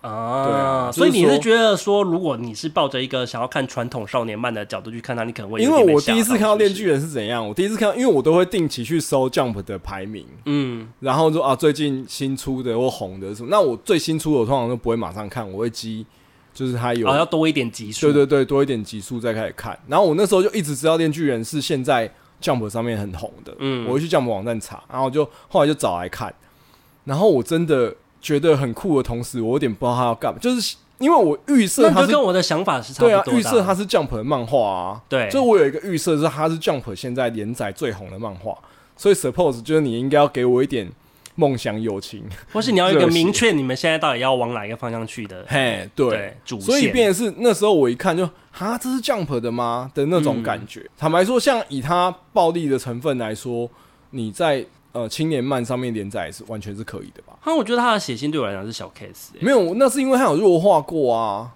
Speaker 2: 对
Speaker 1: 啊
Speaker 2: 啊，
Speaker 1: 所以
Speaker 2: 就是
Speaker 1: 你是
Speaker 2: 说
Speaker 1: 觉得说，如果你是抱着一个想要看传统少年漫的角度去看它，你可能会
Speaker 2: 因
Speaker 1: 有点
Speaker 2: 为
Speaker 1: 被
Speaker 2: 我
Speaker 1: 吓
Speaker 2: 第一次
Speaker 1: 到
Speaker 2: 看到
Speaker 1: 是
Speaker 2: 《
Speaker 1: 不
Speaker 2: 链
Speaker 1: 是
Speaker 2: 锯人》是怎样，我第一次看到，因为我都会定期去搜 Jump 的排名，
Speaker 1: 嗯
Speaker 2: 然后说啊最近新出的或红的是什么。那我最新出的我通常都不会马上看，我会积，就是它有
Speaker 1: 哦要多一点集数，
Speaker 2: 对对对，多一点集数再开始看。然后我那时候就一直知道《链锯人》是现在 Jump 上面很红的，
Speaker 1: 嗯
Speaker 2: 我会去 Jump 网站查，然后我就后来就找来看。然后我真的觉得很酷的同时，我有点不知道他要干嘛，就是因为我预设
Speaker 1: 那
Speaker 2: 他
Speaker 1: 就是跟我的想法是差不
Speaker 2: 对
Speaker 1: 多的
Speaker 2: 啊
Speaker 1: 啊、，
Speaker 2: 预设它是 Jump 的漫画啊，
Speaker 1: 对
Speaker 2: 就我有一个预设是它是 Jump 现在连载最红的漫画，所以 suppose 就是你应该要给我一点梦想友情，
Speaker 1: 或是你要有一个
Speaker 2: 热血
Speaker 1: 明确你们现在到底要往哪一个方向去的，
Speaker 2: 嘿，对，
Speaker 1: 对主
Speaker 2: 所以
Speaker 1: 线
Speaker 2: 变成是那时候我一看就哈，这是 Jump 的吗的那
Speaker 1: 嗯
Speaker 2: 种感觉。坦白说，像以它暴力的成分来说，你在呃青年漫上面连载也是完全是可以的吧？
Speaker 1: 哈，我觉得他的写信对我来讲是小 case，、欸
Speaker 2: 没有，那是因为它有弱化过啊。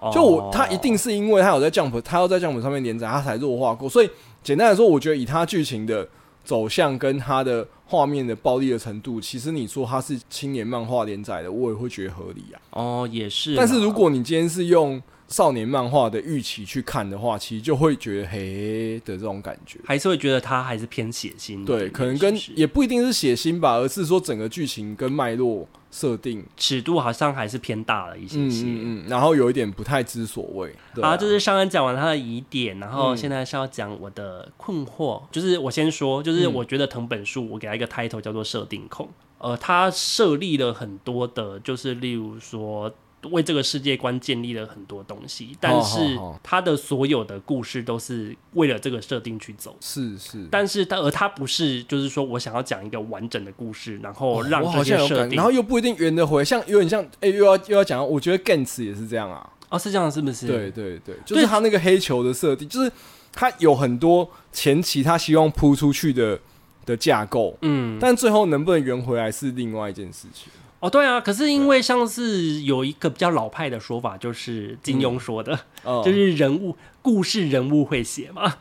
Speaker 1: 哦
Speaker 2: 就我，他一定是因为他有在 Jump，他要在 Jump 上面连载，他才弱化过。所以简单来说，我觉得以他剧情的走向跟他的画面的暴力的程度，其实你说他是青年漫画连载的，我也会觉得合理啊。
Speaker 1: 哦也是啦，
Speaker 2: 但是如果你今天是用少年漫画的预期去看的话，其实就会觉得嘿的这种感觉。
Speaker 1: 还是会觉得他还是偏血腥一点
Speaker 2: 对，
Speaker 1: 点，
Speaker 2: 可能跟
Speaker 1: 嗯是不是
Speaker 2: 也不一定是血腥吧，而是说整个剧情跟脉络设定，
Speaker 1: 尺度好像还是偏大了一些
Speaker 2: 嗯
Speaker 1: 些。
Speaker 2: 嗯嗯，然后有一点不太知所谓。对
Speaker 1: 好，
Speaker 2: 啊，嗯
Speaker 1: 这是上恩讲完他的疑点，然后现在是要讲我的困惑。就是我先说，就是我觉得藤本树，我给他一个 title 叫做设定控。呃，他设立了很多的，就是例如说。为这个世界观建立了很多东西，但是
Speaker 2: 好好
Speaker 1: 他的所有的故事都是为了这个设定去走。
Speaker 2: 是是，
Speaker 1: 但是他而他不是，就是说我想要讲一个完整的故事，然后
Speaker 2: 哦
Speaker 1: 让
Speaker 2: 我
Speaker 1: 这
Speaker 2: 好
Speaker 1: 些
Speaker 2: 像有
Speaker 1: 设
Speaker 2: 感，
Speaker 1: 定，
Speaker 2: 然后又不一定圆得回，像有点像，哎、又要又要讲到，我觉得 Gens 也是这样啊，
Speaker 1: 哦是这样是不是？
Speaker 2: 对对对，就是他那个黑球的设定，就是他有很多前期他希望铺出去的的架构，
Speaker 1: 嗯，
Speaker 2: 但最后能不能圆回来是另外一件事情。
Speaker 1: 哦对啊，可是因为像是有一个比较老派的说法，就是金庸说的，
Speaker 2: 哦、
Speaker 1: *laughs* 就是人物故事人物会写嘛。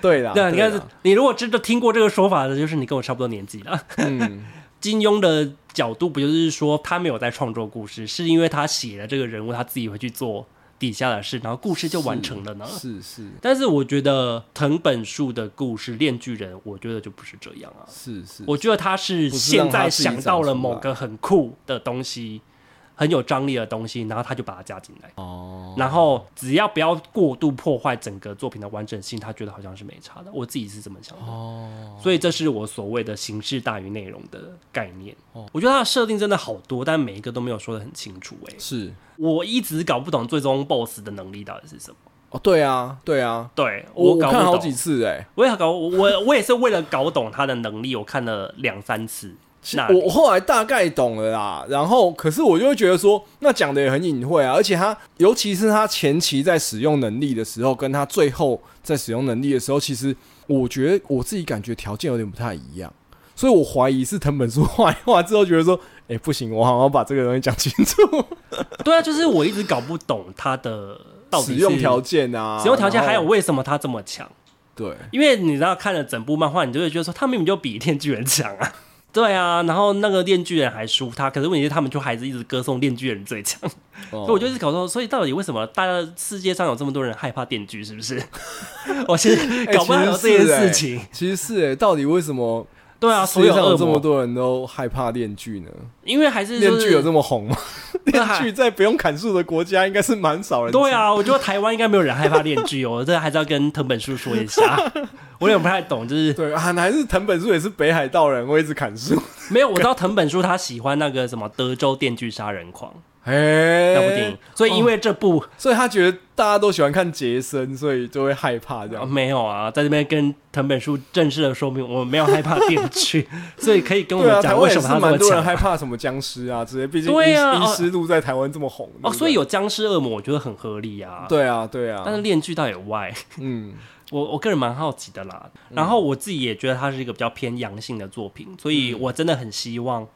Speaker 2: 对啦，
Speaker 1: 对啊，你看
Speaker 2: 啦
Speaker 1: 是，你如果真的听过这个说法的，就是你跟我差不多年纪了。
Speaker 2: 嗯，
Speaker 1: *laughs* 金庸的角度不就是说他没有在创作故事，是因为他写了这个人物，他自己会去做底下的事，然后故事就完成了呢？
Speaker 2: 是是
Speaker 1: 但是我觉得藤本树的故事《炼巨人》，我觉得就不是这样啊。
Speaker 2: 是是，
Speaker 1: 我觉得他是
Speaker 2: 不是让
Speaker 1: 现在
Speaker 2: 他自己
Speaker 1: 想到了
Speaker 2: 长出来
Speaker 1: 某个很酷的东西，很有张力的东西，然后他就把它加进来。
Speaker 2: 哦，
Speaker 1: 然后只要不要过度破坏整个作品的完整性，他觉得好像是没差的。我自己是这么想的，
Speaker 2: 哦
Speaker 1: 所以这是我所谓的形式大于内容的概念。
Speaker 2: 哦
Speaker 1: 我觉得它的设定真的好多，但每一个都没有说的很清楚、欸。
Speaker 2: 是
Speaker 1: 我一直搞不懂最终 BOSS 的能力到底是什么。
Speaker 2: 哦，对啊对啊，
Speaker 1: 对
Speaker 2: 我
Speaker 1: 搞不
Speaker 2: 看
Speaker 1: 懂，
Speaker 2: 好几次哎、
Speaker 1: 我也搞我我也是为了搞懂他的能力，我看了两三次。那
Speaker 2: 我我后来大概懂了啦，然后可是我就会觉得说，那讲的也很隐晦啊，而且他尤其是他前期在使用能力的时候，跟他最后在使用能力的时候，其实我觉得我自己感觉条件有点不太一样，所以我怀疑是藤本树画一画之后觉得说，哎、不行，我好像要把这个东西讲清楚，
Speaker 1: 对啊，就是我一直搞不懂他的 *laughs* 到底
Speaker 2: 使
Speaker 1: 是
Speaker 2: 用条、件啊，
Speaker 1: 使用条件，还有
Speaker 2: 然后
Speaker 1: 为什么他这么强。
Speaker 2: 对，
Speaker 1: 因为你知道看了整部漫画，你就会觉得说他明明就比《链锯人》强啊。对啊，然后那个《链锯人》还输他，可是问题是他们就还是一直歌颂《链锯人》最强，
Speaker 2: 哦
Speaker 1: 所以我就一直搞不懂，所以到底为什么大家世界上有这么多人害怕电锯？是不是？ *laughs* 我其实
Speaker 2: 哎
Speaker 1: 搞不
Speaker 2: 其
Speaker 1: 懂
Speaker 2: 实
Speaker 1: 这件
Speaker 2: 是哎
Speaker 1: 事情。
Speaker 2: *laughs* 其实是哎、到底为什么？
Speaker 1: 对啊，
Speaker 2: 世
Speaker 1: 所
Speaker 2: 界
Speaker 1: 有
Speaker 2: 上
Speaker 1: 恶
Speaker 2: 有这么
Speaker 1: 魔，
Speaker 2: 多人都害怕链锯呢？
Speaker 1: 因为还是
Speaker 2: 链
Speaker 1: 就
Speaker 2: 锯有
Speaker 1: 是
Speaker 2: 这么红吗？
Speaker 1: 对
Speaker 2: *laughs* 链
Speaker 1: 啊
Speaker 2: 锯在不用砍树的国家应该是蛮少人。
Speaker 1: 对，啊，我觉得台湾应该没有人害怕电锯哦，这还是要跟藤本树说一
Speaker 2: *laughs*
Speaker 1: 下，我有点不太懂，就是
Speaker 2: 对啊，还是藤本树也是北海道人，会一直砍树。
Speaker 1: 没有我知道藤本树他喜欢那个什么德州电锯杀人
Speaker 2: *laughs*
Speaker 1: 狂 *laughs*
Speaker 2: 哎，
Speaker 1: 那部电影，所以因为这部。
Speaker 2: 所以他觉得大家都喜欢看杰森，所以就会害怕这
Speaker 1: 啊，
Speaker 2: 样。
Speaker 1: 没有啊，在这边跟藤本树正式的说明，我没有害怕电锯，所以可以嗯跟我
Speaker 2: 对
Speaker 1: 们
Speaker 2: 啊，
Speaker 1: 讲
Speaker 2: 台
Speaker 1: 为
Speaker 2: 湾
Speaker 1: 什
Speaker 2: 也
Speaker 1: 么
Speaker 2: 是
Speaker 1: 他这
Speaker 2: 蛮
Speaker 1: 么
Speaker 2: 多人
Speaker 1: 强
Speaker 2: 害怕什么僵尸啊之类，毕竟
Speaker 1: 对
Speaker 2: 阴
Speaker 1: 啊
Speaker 2: 阴
Speaker 1: 哦
Speaker 2: 湿路在台湾这么红
Speaker 1: 哦，所以
Speaker 2: 对不
Speaker 1: 有僵尸恶魔，我觉得很合理啊。
Speaker 2: 对。对啊，对啊，
Speaker 1: 但是恋剧到底 why？
Speaker 2: 嗯，
Speaker 1: 我我个人蛮好奇的啦。然后我自己也觉得它是一个比较偏阳性的作品，所以我真的很希望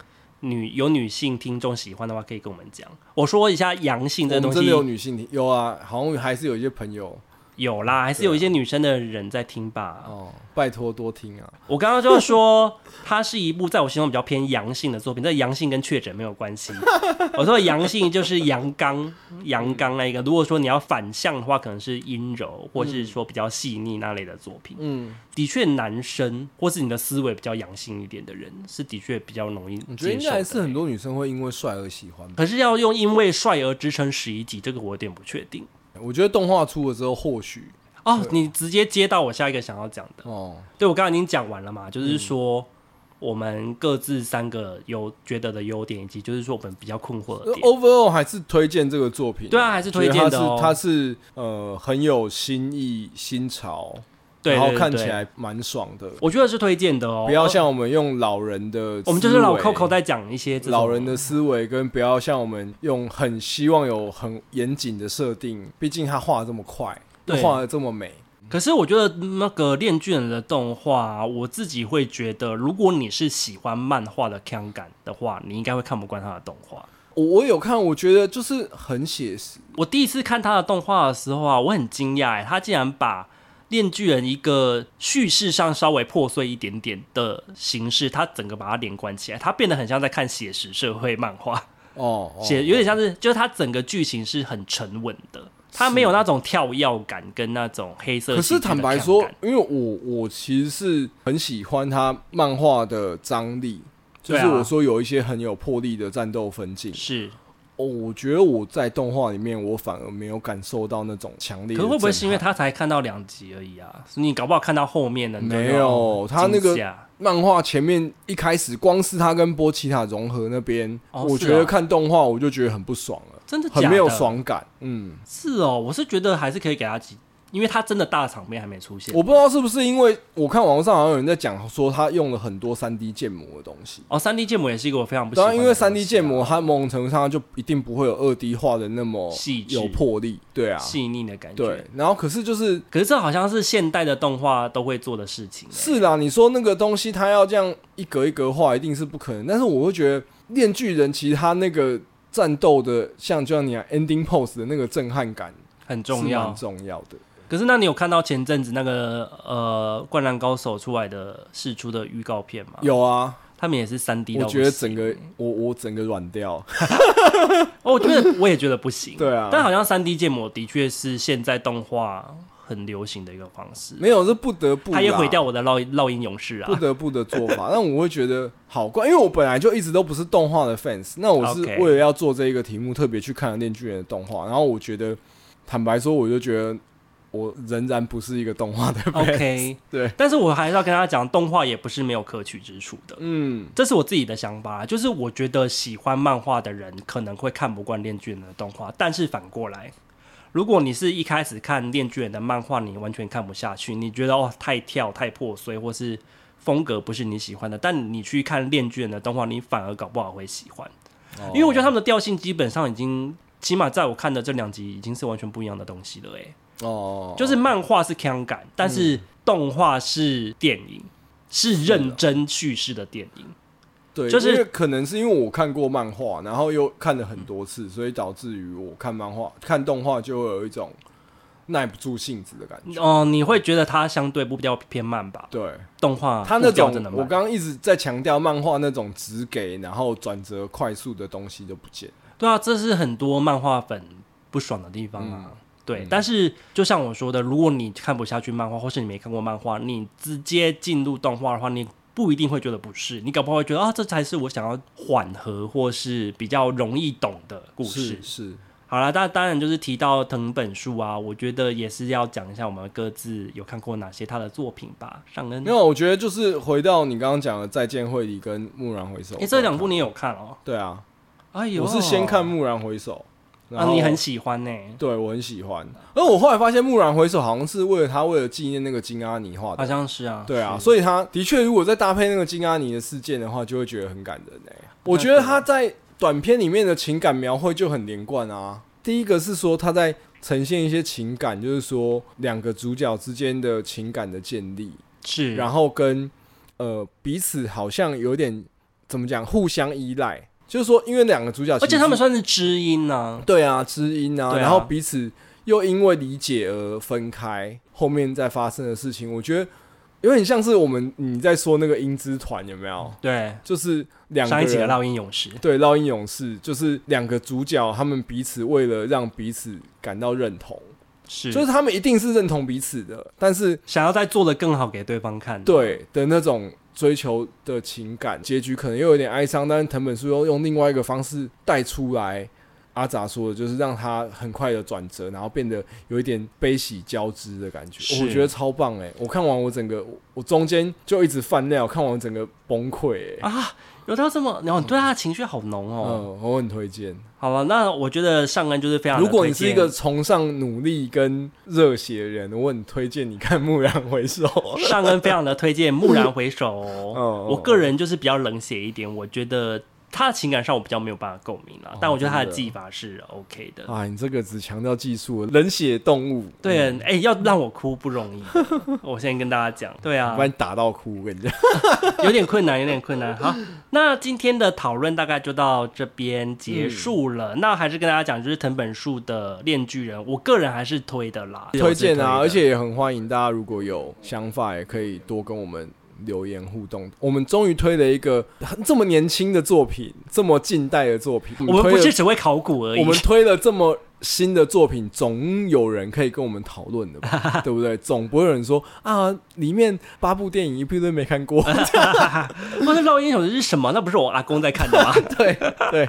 Speaker 1: 女有女性听众喜欢的话，可以跟我们讲。我说一下阳性
Speaker 2: 我
Speaker 1: 这个
Speaker 2: 们
Speaker 1: 东西
Speaker 2: 真的有女性听有啊，好像还是有一些朋友
Speaker 1: 有啦，还是有一些女生的人在听吧。
Speaker 2: 哦，拜托多听啊！
Speaker 1: 我刚刚就说， *laughs* 它是一部在我心中比较偏阳性的作品，但阳性跟确诊没有关系。 *laughs* 我说的阳性就是阳刚，阳刚那一个。如果说你要反向的话，可能是阴柔，或是说比较细腻那类的作品。
Speaker 2: 嗯，
Speaker 1: 的确，男生或是你的思维比较阳性一点的人，是的确比较容易
Speaker 2: 我觉得
Speaker 1: 接
Speaker 2: 应
Speaker 1: 受
Speaker 2: 该还
Speaker 1: 的。
Speaker 2: 是很多女生会因为帅而喜欢吧。
Speaker 1: 可是要用因为帅而支撑十一集，这个我有点不确定。
Speaker 2: 我觉得动画出了之后，或许
Speaker 1: 哦，你直接接到我下一个想要讲的。
Speaker 2: 哦，
Speaker 1: 对我刚刚已经讲完了嘛，
Speaker 2: 嗯
Speaker 1: 就是说我们各自三个有觉得的优点，以及就是说我们比较困惑的点。
Speaker 2: 呃 overall 还是推荐这个作品，
Speaker 1: 对啊还是推荐的哦
Speaker 2: 它是它是呃很有新意、新潮，
Speaker 1: 对，
Speaker 2: 然后
Speaker 1: 对
Speaker 2: 看
Speaker 1: 对
Speaker 2: 起来蛮爽的。
Speaker 1: 我觉得是推荐的哦。
Speaker 2: 不要像我们用老人的，
Speaker 1: 我们就是老 Coco 在讲一些这种
Speaker 2: 老人的思维，跟不要像我们用很希望有很严谨的设定。毕竟他画的这么快，
Speaker 1: 对
Speaker 2: 画的这么美，
Speaker 1: 可是我觉得那个《恋巨人》的动画，我自己会觉得，如果你是喜欢漫画的看感的话，你应该会看不惯他的动画。
Speaker 2: 我我有看，我觉得就是很写实。
Speaker 1: 我第一次看他的动画的时候啊，我很惊讶欸，他竟然把《恋巨人》一个叙事上稍微破碎一点点的形式，他整个把它连贯起来，他变得很像在看写实社会漫画，
Speaker 2: 哦，哦
Speaker 1: 写有点像是，就是他整个剧情是很沉稳的，他没有那种跳跃感跟那种黑色。
Speaker 2: 可是坦白说，，因为我我其实是很喜欢他漫画的张力，就
Speaker 1: 对啊
Speaker 2: 是我说有一些很有魄力的战斗分镜。
Speaker 1: 是，
Speaker 2: 哦，我觉得我在动画里面，我反而没有感受到那种强烈
Speaker 1: 可
Speaker 2: 的震撼。
Speaker 1: 是会不会是因为他才看到两集而已啊？你搞不好看到后面的你就
Speaker 2: 没
Speaker 1: 那种
Speaker 2: 有他那个
Speaker 1: 惊吓
Speaker 2: 漫画前面一开始，光是他跟波奇塔融合那边，
Speaker 1: 哦
Speaker 2: 我
Speaker 1: 是
Speaker 2: 觉
Speaker 1: 啊
Speaker 2: 得看动画我就觉得很不爽了，
Speaker 1: 真的假的
Speaker 2: 很没有爽感。嗯，
Speaker 1: 是哦，我是觉得还是可以给他几，因为他真的大场面还没出现。
Speaker 2: 我不知道是不是因为我看网络上好像有人在讲说他用了很多三 D 建模的东西。
Speaker 1: 哦，三 D 建模也是一个我非常不喜
Speaker 2: 当
Speaker 1: 欢
Speaker 2: 然，
Speaker 1: 的东西啊。
Speaker 2: 因为三 D 建模，它某种程度上就一定不会有二 D 画的那么
Speaker 1: 细致
Speaker 2: 有魄力，对啊，
Speaker 1: 细腻的感觉，
Speaker 2: 对。然后可是就是
Speaker 1: 可是这好像是现代的动画都会做的事情欸、
Speaker 2: 是啦，你说那个东西它要这样一格一格画，一定是不可能。但是我会觉得《炼巨人》其实它那个战斗的，像就像你讲 ending pose 的那个震撼感
Speaker 1: 很
Speaker 2: 是
Speaker 1: 重
Speaker 2: 蛮
Speaker 1: 要。
Speaker 2: 重要的。
Speaker 1: 可是那你有看到前阵子那个呃《灌篮高手》出来的试出的预告片吗？，
Speaker 2: 有啊，
Speaker 1: 他们也是三 D
Speaker 2: 我
Speaker 1: 到不行。
Speaker 2: 觉得整个我我整个软掉。
Speaker 1: 哦，我觉得我也觉得不行。
Speaker 2: *laughs* 对啊
Speaker 1: 但好像三 D 建模的确是现在动画很流行的一个方式。
Speaker 2: 没有，是不得不啦，
Speaker 1: 他也毁掉我的烙烙印勇士啊
Speaker 2: 不！得不的做法。但我会觉得好怪，因为我本来就一直都不是动画的 fans，那我是
Speaker 1: OK
Speaker 2: 为了要做这一个题目，特别去看了《炼巨人》的动画，然后我觉得，坦白说，我就觉得我仍然不是一个动画的 fans。
Speaker 1: OK，
Speaker 2: 对，
Speaker 1: 但是我还是要跟大家讲，动画也不是没有可取之处的。
Speaker 2: 嗯，
Speaker 1: 这是我自己的想法，啊就是我觉得喜欢漫画的人可能会看不惯《恋巨人》的动画，但是反过来，如果你是一开始看《恋巨人》的漫画，你完全看不下去，你觉得哦太跳太破碎，或是风格不是你喜欢的，但你去看《恋巨人》的动画，你反而搞不好会喜欢，因为我觉得他们的调性基本上已经，起码在我看的这两集已经是完全不一样的东西了、欸，诶。
Speaker 2: 哦，嗯
Speaker 1: 就是漫画是腔感，但是动画是电影，是认真叙事的电影。
Speaker 2: 对，
Speaker 1: 就是
Speaker 2: 因为可能是因为我看过漫画，然后又看了很多次，所以导致于我看漫画、看动画就会有一种耐不住性子的感觉。
Speaker 1: 哦、你会觉得它相对不比较偏慢吧？
Speaker 2: 对
Speaker 1: 动画
Speaker 2: 他那
Speaker 1: 步调
Speaker 2: 种
Speaker 1: 啊真的，慢
Speaker 2: 我刚刚一直在强调漫画那种只给然后转折快速的东西就不见了。
Speaker 1: 对啊，这是很多漫画粉不爽的地方啊。
Speaker 2: 嗯
Speaker 1: 对，但是就像我说的，如果你看不下去漫画，或是你没看过漫画，你直接进入动画的话，你不一定会觉得不适，你搞不好会觉得啊，这才是我想要缓和或是比较容易懂的故事
Speaker 2: 是。是，
Speaker 1: 好啦，那当然就是提到藤本树啊，我觉得也是要讲一下我们各自有看过哪些他的作品吧。上恩，
Speaker 2: 没有，我觉得就是回到你刚刚讲的《再见惠理》跟《蓦然回首》。
Speaker 1: 诶、这两部你有看哦？
Speaker 2: 对啊，
Speaker 1: 哎呦，
Speaker 2: 我是先看《蓦然回首》，然
Speaker 1: 啊，
Speaker 2: 后
Speaker 1: 你很喜欢呢、
Speaker 2: 对我很喜欢。而我后来发现，《蓦然回首》好像是为了他为了纪念那个金阿尼画的
Speaker 1: 好，像是啊，
Speaker 2: 对啊，
Speaker 1: 是
Speaker 2: 所以他的确，如果再搭配那个金阿尼的事件的话，就会觉得很感人哎、我觉得他在短片里面的情感描绘就很连贯啊。第一个是说他在呈现一些情感，就是说两个主角之间的情感的建立，
Speaker 1: 是，
Speaker 2: 然后跟呃彼此好像有点怎么讲互相依赖，就是说因为两个主角其
Speaker 1: 而
Speaker 2: 实是，
Speaker 1: 且他们算是知音呐、啊，
Speaker 2: 对啊知音啊，
Speaker 1: 对啊
Speaker 2: 然后彼此又因为理解而分开，后面再发生的事情，我觉得有点像是我们你在说那个英之团有没有？
Speaker 1: 对，
Speaker 2: 就是两个
Speaker 1: 嗯上一集的
Speaker 2: 人
Speaker 1: 烙印勇士，
Speaker 2: 对烙印勇士，就是两个主角他们彼此为了让彼此感到认同，
Speaker 1: 是
Speaker 2: 就是他们一定是认同彼此的，但是
Speaker 1: 想要再做的更好给对方看。，
Speaker 2: 对的那种追求的情感，结局可能又有点哀伤，但是藤本树又用另外一个方式带出来。阿杂说的就是让他很快的转折，然后变得有一点悲喜交织的感觉，
Speaker 1: 是
Speaker 2: 我觉得超棒哎、我看完我整个，我我中间就一直犯尿，看完我整个崩溃哎、
Speaker 1: 啊，有到这么，然后你对他的情绪好浓哦。
Speaker 2: 嗯，我很推荐。
Speaker 1: 好了，那我觉得上恩就是非常的
Speaker 2: 如
Speaker 1: 推荐。
Speaker 2: 果你是一个崇尚努力跟热血的人，我很推荐你看《蓦然回首》。
Speaker 1: 上恩非常的推荐《蓦然回
Speaker 2: *laughs*
Speaker 1: 首》
Speaker 2: 嗯
Speaker 1: 我个人就是比较冷血一点，我觉得他的情感上我比较没有办法共鸣
Speaker 2: 哦
Speaker 1: 啦，但我觉得他的
Speaker 2: 真的
Speaker 1: 技法是 OK 的。
Speaker 2: 啊，你这个只强调技术，冷血动物，
Speaker 1: 对，哎、要让我哭不容
Speaker 2: *laughs*
Speaker 1: 易，我先跟大家讲，对啊
Speaker 2: 嗯把，你打到哭，我跟你讲。
Speaker 1: 有点困难，有点困难。
Speaker 2: *laughs*
Speaker 1: 好，那今天的讨论大概就到这边结束
Speaker 2: 嗯
Speaker 1: 了。那还是跟大家讲，就是藤本树的《恋巨人》，我个人还是推的啦，
Speaker 2: 推荐啊，
Speaker 1: 我
Speaker 2: 而
Speaker 1: 是推的
Speaker 2: 且也很欢迎大家如果有想法，也可以多跟我们留言互动。我们终于推了一个很这么年轻的作品，这么近代的作品，
Speaker 1: 我们
Speaker 2: 推
Speaker 1: 不
Speaker 2: 了
Speaker 1: 是只会考古而已，
Speaker 2: 我
Speaker 1: *laughs*
Speaker 2: 们推了这么新的作品，总有人可以跟我们讨论
Speaker 1: *laughs*
Speaker 2: 的吧，对不对？总不会有人说啊，里面八部电影一部都没
Speaker 1: *laughs*
Speaker 2: 看过。
Speaker 1: 哇，那烙印手是什么？那不是我阿公在看的吗？
Speaker 2: 对对，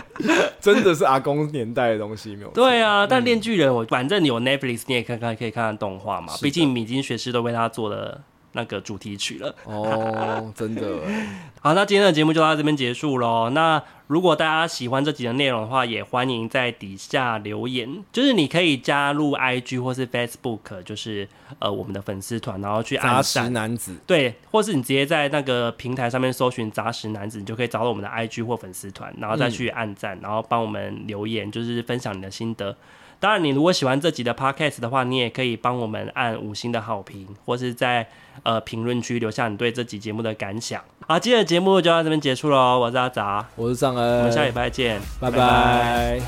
Speaker 2: 真的是阿公年代的东西，没有错。
Speaker 1: 对啊，但《恋巨人》我反正你有 Netflix，你也看看可以看看动画嘛
Speaker 2: 是，的
Speaker 1: 毕竟米津学士都为他做了那个主题曲了。
Speaker 2: 哦，真的欸，
Speaker 1: 好，那今天的节目就到这边结束喽。那如果大家喜欢这集的内容的话，也欢迎在底下留言，就是你可以加入 IG 或是 Facebook，就是呃我们的粉丝团，然后去
Speaker 2: 杂
Speaker 1: 按
Speaker 2: 食
Speaker 1: 赞。
Speaker 2: 男子，
Speaker 1: 对，或是你直接在那个平台上面搜寻“杂食男子”，你就可以找到我们的 IG 或粉丝团，然后再去按赞，然后帮我们留言，就是分享你的心得。当然，你如果喜欢这集的 Podcast 的话，你也可以帮我们按五星的好评，或是在呃评论区留下你对这集节目的感想。好，今天的节目就到这边结束喽，我是阿杂，
Speaker 2: 我是尚恩，
Speaker 1: 我们下礼拜见，
Speaker 2: 拜拜